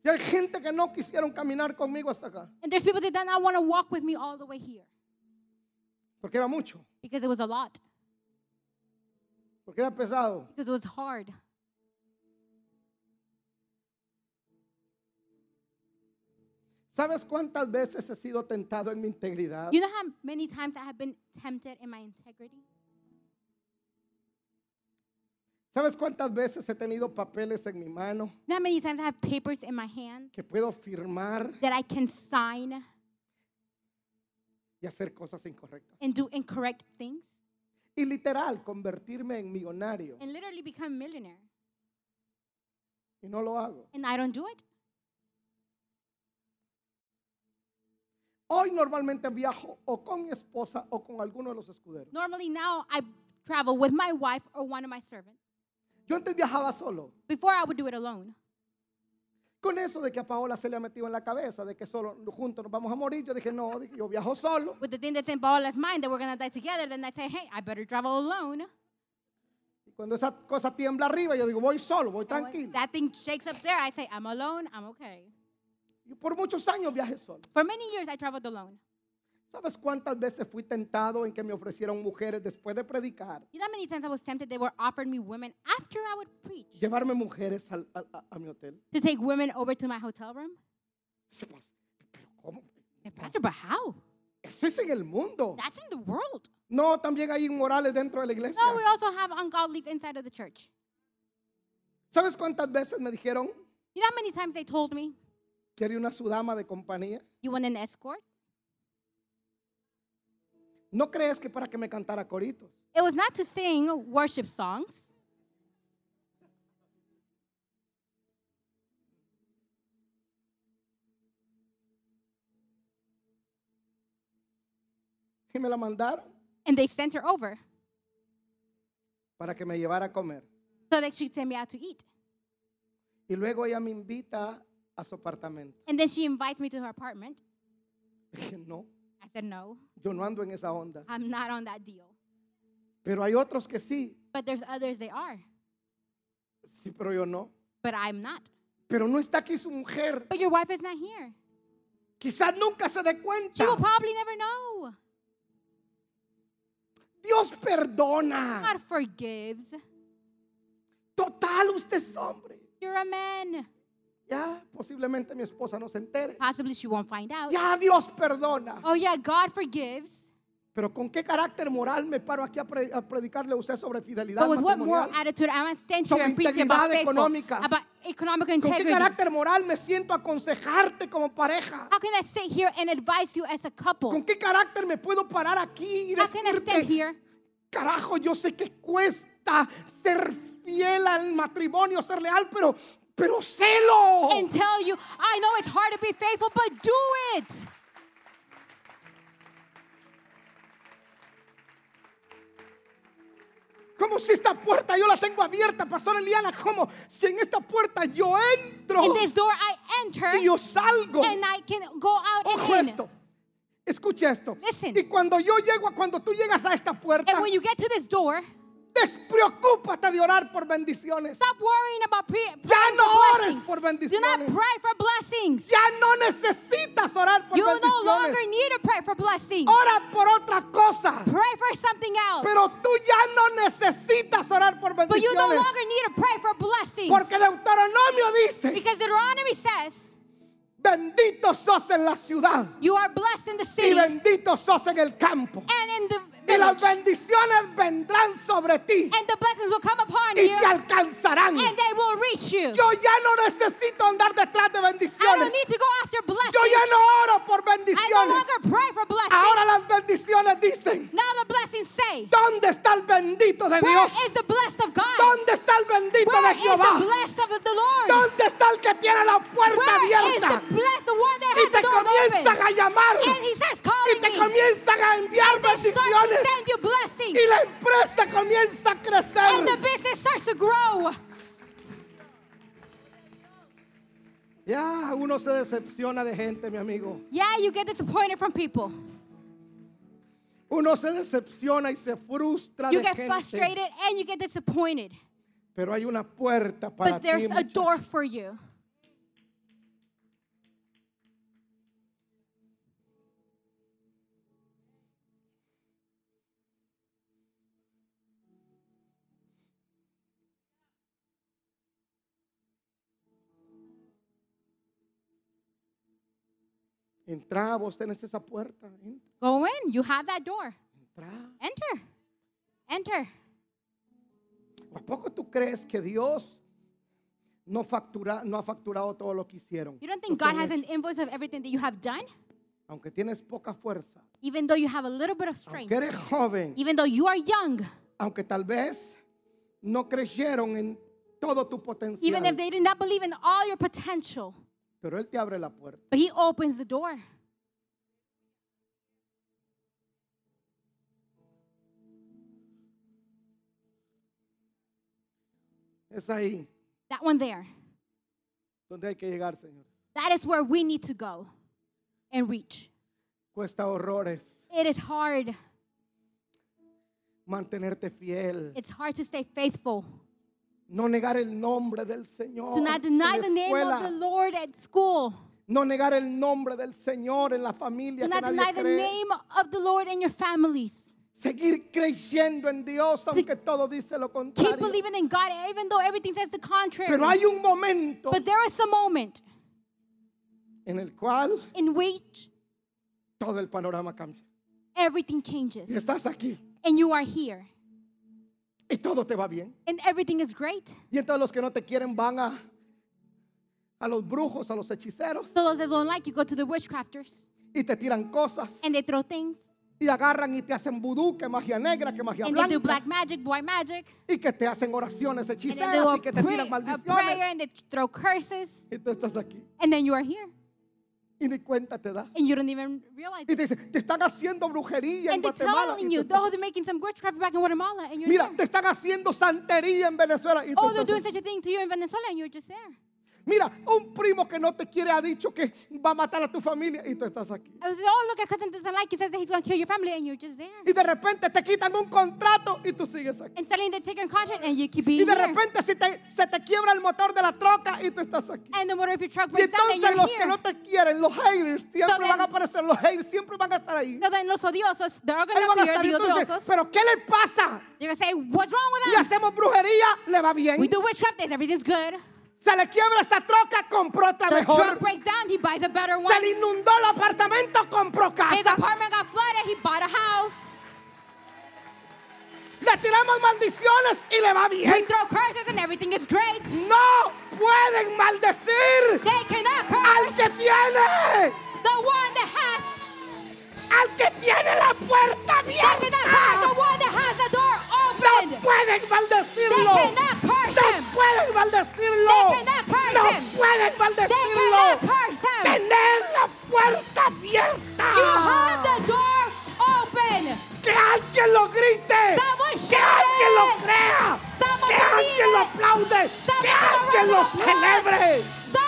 Y hay gente que no quisieron caminar conmigo hasta acá, And there's people that did not want to walk with me all the way here porque era mucho, because it was a lot, porque era pesado. because it was hard. ¿Sabes cuántas veces he sido tentado en mi integridad? You know how many times I have been tempted in my integrity? ¿Sabes cuántas veces he tenido papeles en mi mano You know how many times I have papers in my hand que puedo firmar that I can sign y hacer cosas incorrectas? and do incorrect things Y literal, convertirme en millonario and literally become a millionaire? y no lo hago. And I don't do it. Hoy normalmente viajo o con mi esposa o con alguno de los escuderos. Normally now I travel with my wife or one of my servants. Yo antes viajaba solo. Before I would do it alone. Con eso de que a Paola se le ha metido en la cabeza de que solo juntos nos vamos a morir, yo dije, no, dije, yo viajo solo. With the thing that's in Paola's mind that we're gonna die together, then I say, hey, I better travel alone. Y cuando esa cosa tiembla arriba, yo digo, voy solo, voy And tranquilo. When that thing shakes up there, I say, I'm alone, I'm okay. Yo por muchos años viajé solo. For many years I traveled alone. ¿Sabes cuántas veces fui tentado en que me ofrecieron mujeres después de predicar? You know how many times I was tempted they were offering me women after I would preach Llevarme mujeres al- al- a, a mi hotel. to take women over to my hotel room? Yo, pues, Pero ¿cómo? And Pastor, but how? Eso es en el mundo. That's in the world. No, también hay inmorales dentro de la iglesia. No, we also have ungodly inside of the church. ¿Sabes cuántas veces me dijeron, You know how many times they told me, quiere una sudama de compañía? you want an escort? ¿No crees que para que me cantara coritos? It was not to sing worship songs. Y me la mandaron And they sent her over para que me llevara a comer. so that she'd send me out to eat. Y luego ella me invita a su apartamento. And then she invites me to her apartment. Dije, no, I said, no, yo no ando en esa onda. I'm not on that deal. Pero hay otros que sí. But there's others they are. Sí, pero yo no. but I'm not. Pero no está aquí su mujer. But your wife is not here. Quizás nunca se dé She cuenta. will probably never know. Dios perdona. God forgives. Total, usted es hombre. You're a man. Ya, posiblemente mi esposa no se entere. Possibly she won't find out. Ya, Dios perdona. Oh, yeah, God forgives. Pero con qué carácter moral me paro aquí a, pre- a predicarle a usted sobre fidelidad But with what moral matrimonial. attitude am I standing here Sobre and preaching about integridad faithful, económica. about economic ¿Con qué integrity? carácter moral me siento a aconsejarte como pareja? How can I sit here and advise you as a couple? ¿Con qué carácter me puedo parar aquí y How can I stand decirte, here? carajo, yo sé que cuesta ser fiel al matrimonio, ser leal, pero, pero celo. and tell you, I know it's hard to be faithful, but do it. Como si esta puerta yo la tengo abierta, pastor Eliana, como si en esta puerta yo entro In this door, I enter y yo salgo. and I can go out Ojo and in. esto. Escucha esto. Listen. Y cuando yo llego, a- cuando tú llegas a esta puerta, And when you get to this door, despreocúpate de orar por bendiciones. stop worrying about pre- praying Ya no for ores blessings. por Do not bendiciones. pray for blessings. Ya no necesitas orar por You no bendiciones. longer need to pray for blessings. Ora por otra cosa. Pray for something else. Pero tú ya no necesitas orar por but you no bendiciones. longer need to pray for blessings. Porque Deuteronomio dice, because Deuteronomy says, bendito sos en la ciudad you are blessed in the y city and bendito sos en el campo. in the Y las village. bendiciones vendrán sobre ti And the blessings will come upon y you te alcanzarán. and they will reach you. Yo ya no necesito andar detrás de I don't bendiciones. need to go after blessings. Yo ya no oro por I no bendiciones. longer pray for blessings. Ahora las bendiciones dicen, now the blessings say, ¿dónde está el bendito de Where Dios? is the blessed of God? ¿Dónde está el bendito Where de is Jehová? the blessed of the Lord? ¿Dónde está el que tiene la puerta Where is abierta? the blessed the one that Y had te the doors comienzan open? a llamar. And he starts Y calling te me. comienzan a enviar They start to bendiciones. send you blessings. Y la empresa comienza a And crecer. the business starts to grow. Ya, uno se decepciona de gente, mi amigo. Yeah, you get disappointed from people. Uno se decepciona y se frustra You de get gente. frustrated and you get disappointed. Pero hay una puerta para But ti. there's a muchacho. door for you. Entra, vos tenés esa puerta. Entra, Go in. You have that door. entra. Enter. Enter. ¿A poco tú crees que Dios no, factura, no ha facturado todo lo que hicieron? You don't Lo think que God has han an hecho? invoice of everything that you have done? Aunque tienes poca fuerza, Even though you have a little bit of aunque strength, eres joven, even though you are young, aunque tal vez no creyeron en todo tu even if potencial, they did not believe in all your potential, pero Él te abre la puerta. but He opens the door. Es ahí That one there. donde hay que llegar, Señor. That is where we need to go and reach. Cuesta horrores It is hard. mantenerte fiel, It's hard to stay faithful. no negar el nombre del Señor Do not Oh, en la deny the name of escuela, the Lord at school. no negar el nombre del Señor en la familia Do que not nadie deny the cree. name of the Lord in your families. Seguir creyendo en Dios aunque todo dice lo Keep contrario. believing in God, even though everything says the contrary. Pero hay un momento But there is a moment en el cual in which todo el panorama cambia. everything Y changes estás aquí and you are here y todo te va bien. and everything is great. Y entonces los que no te quieren van a a los brujos, a los hechiceros So those that don't like you go to the witchcrafters y te tiran cosas and they throw things y agarran y te hacen vudú, que magia negra, que magia and they do blanca black magic, white magic, y que te hacen oraciones and then they do hechiceras a, y que te pray- tiran a prayer maldiciones. and they throw curses Y tú estás aquí and then you are here y ni cuenta te das. and you don't even realize Y it. te dicen, te están haciendo brujería en And they're Guatemala. Y telling tú you, estás oh, they're making some witchcraft back in Guatemala and you're Mira, there. te están haciendo santería en Venezuela. Y tú Oh, they're estás doing aquí. such a thing to you in Venezuela and you're just there. Mira, un primo que no te quiere ha dicho que va a matar a tu familia y tú estás aquí. I was like, oh, look, your cousin doesn't like you, says that he's going to kill your family, and you're just there. Y de repente te quitan un contrato y tú sigues aquí. And suddenly they take a contract, and you keep Y being de here. repente si te- se te quiebra el motor de la troca y tú estás aquí. And the motor of your truck Y breaks down, and entonces you're los que here. no te quieren, los haters, siempre Entonces- van a aparecer, los haters siempre van a estar ahí. No, then los odiosos, they're Ahí van going a to appear, estar. Y the tú dices, odiosos. pero ¿qué le pasa? They're going to say, what's wrong Y with us? hacemos brujería, le va bien. Ah. We do witchcraft, days, everything's good. Se le quiebra esta troca, compró otra The mejor. truck breaks down, he buys a better Se one. le inundó el apartamento, compró His casa. apartment got flooded, he bought a house. Le tiramos maldiciones y le va We bien. throw curses, and everything is great. No pueden maldecir They al cannot curse que tiene, the one that has, al que tiene la puerta they cannot curse the abierta. one that has the door No opened. pueden maldecirlo. They cannot curse him. No pueden maldecirlo. They cannot curse No him. pueden They cannot maldecirlo. curse him. Tener la puerta abierta. You have the door open. Que alguien lo grite. Someone Que shout alguien lo it. crea. Someone Que believe alguien lo it. aplaude. Que Someone alguien give a lo round of applause. celebre.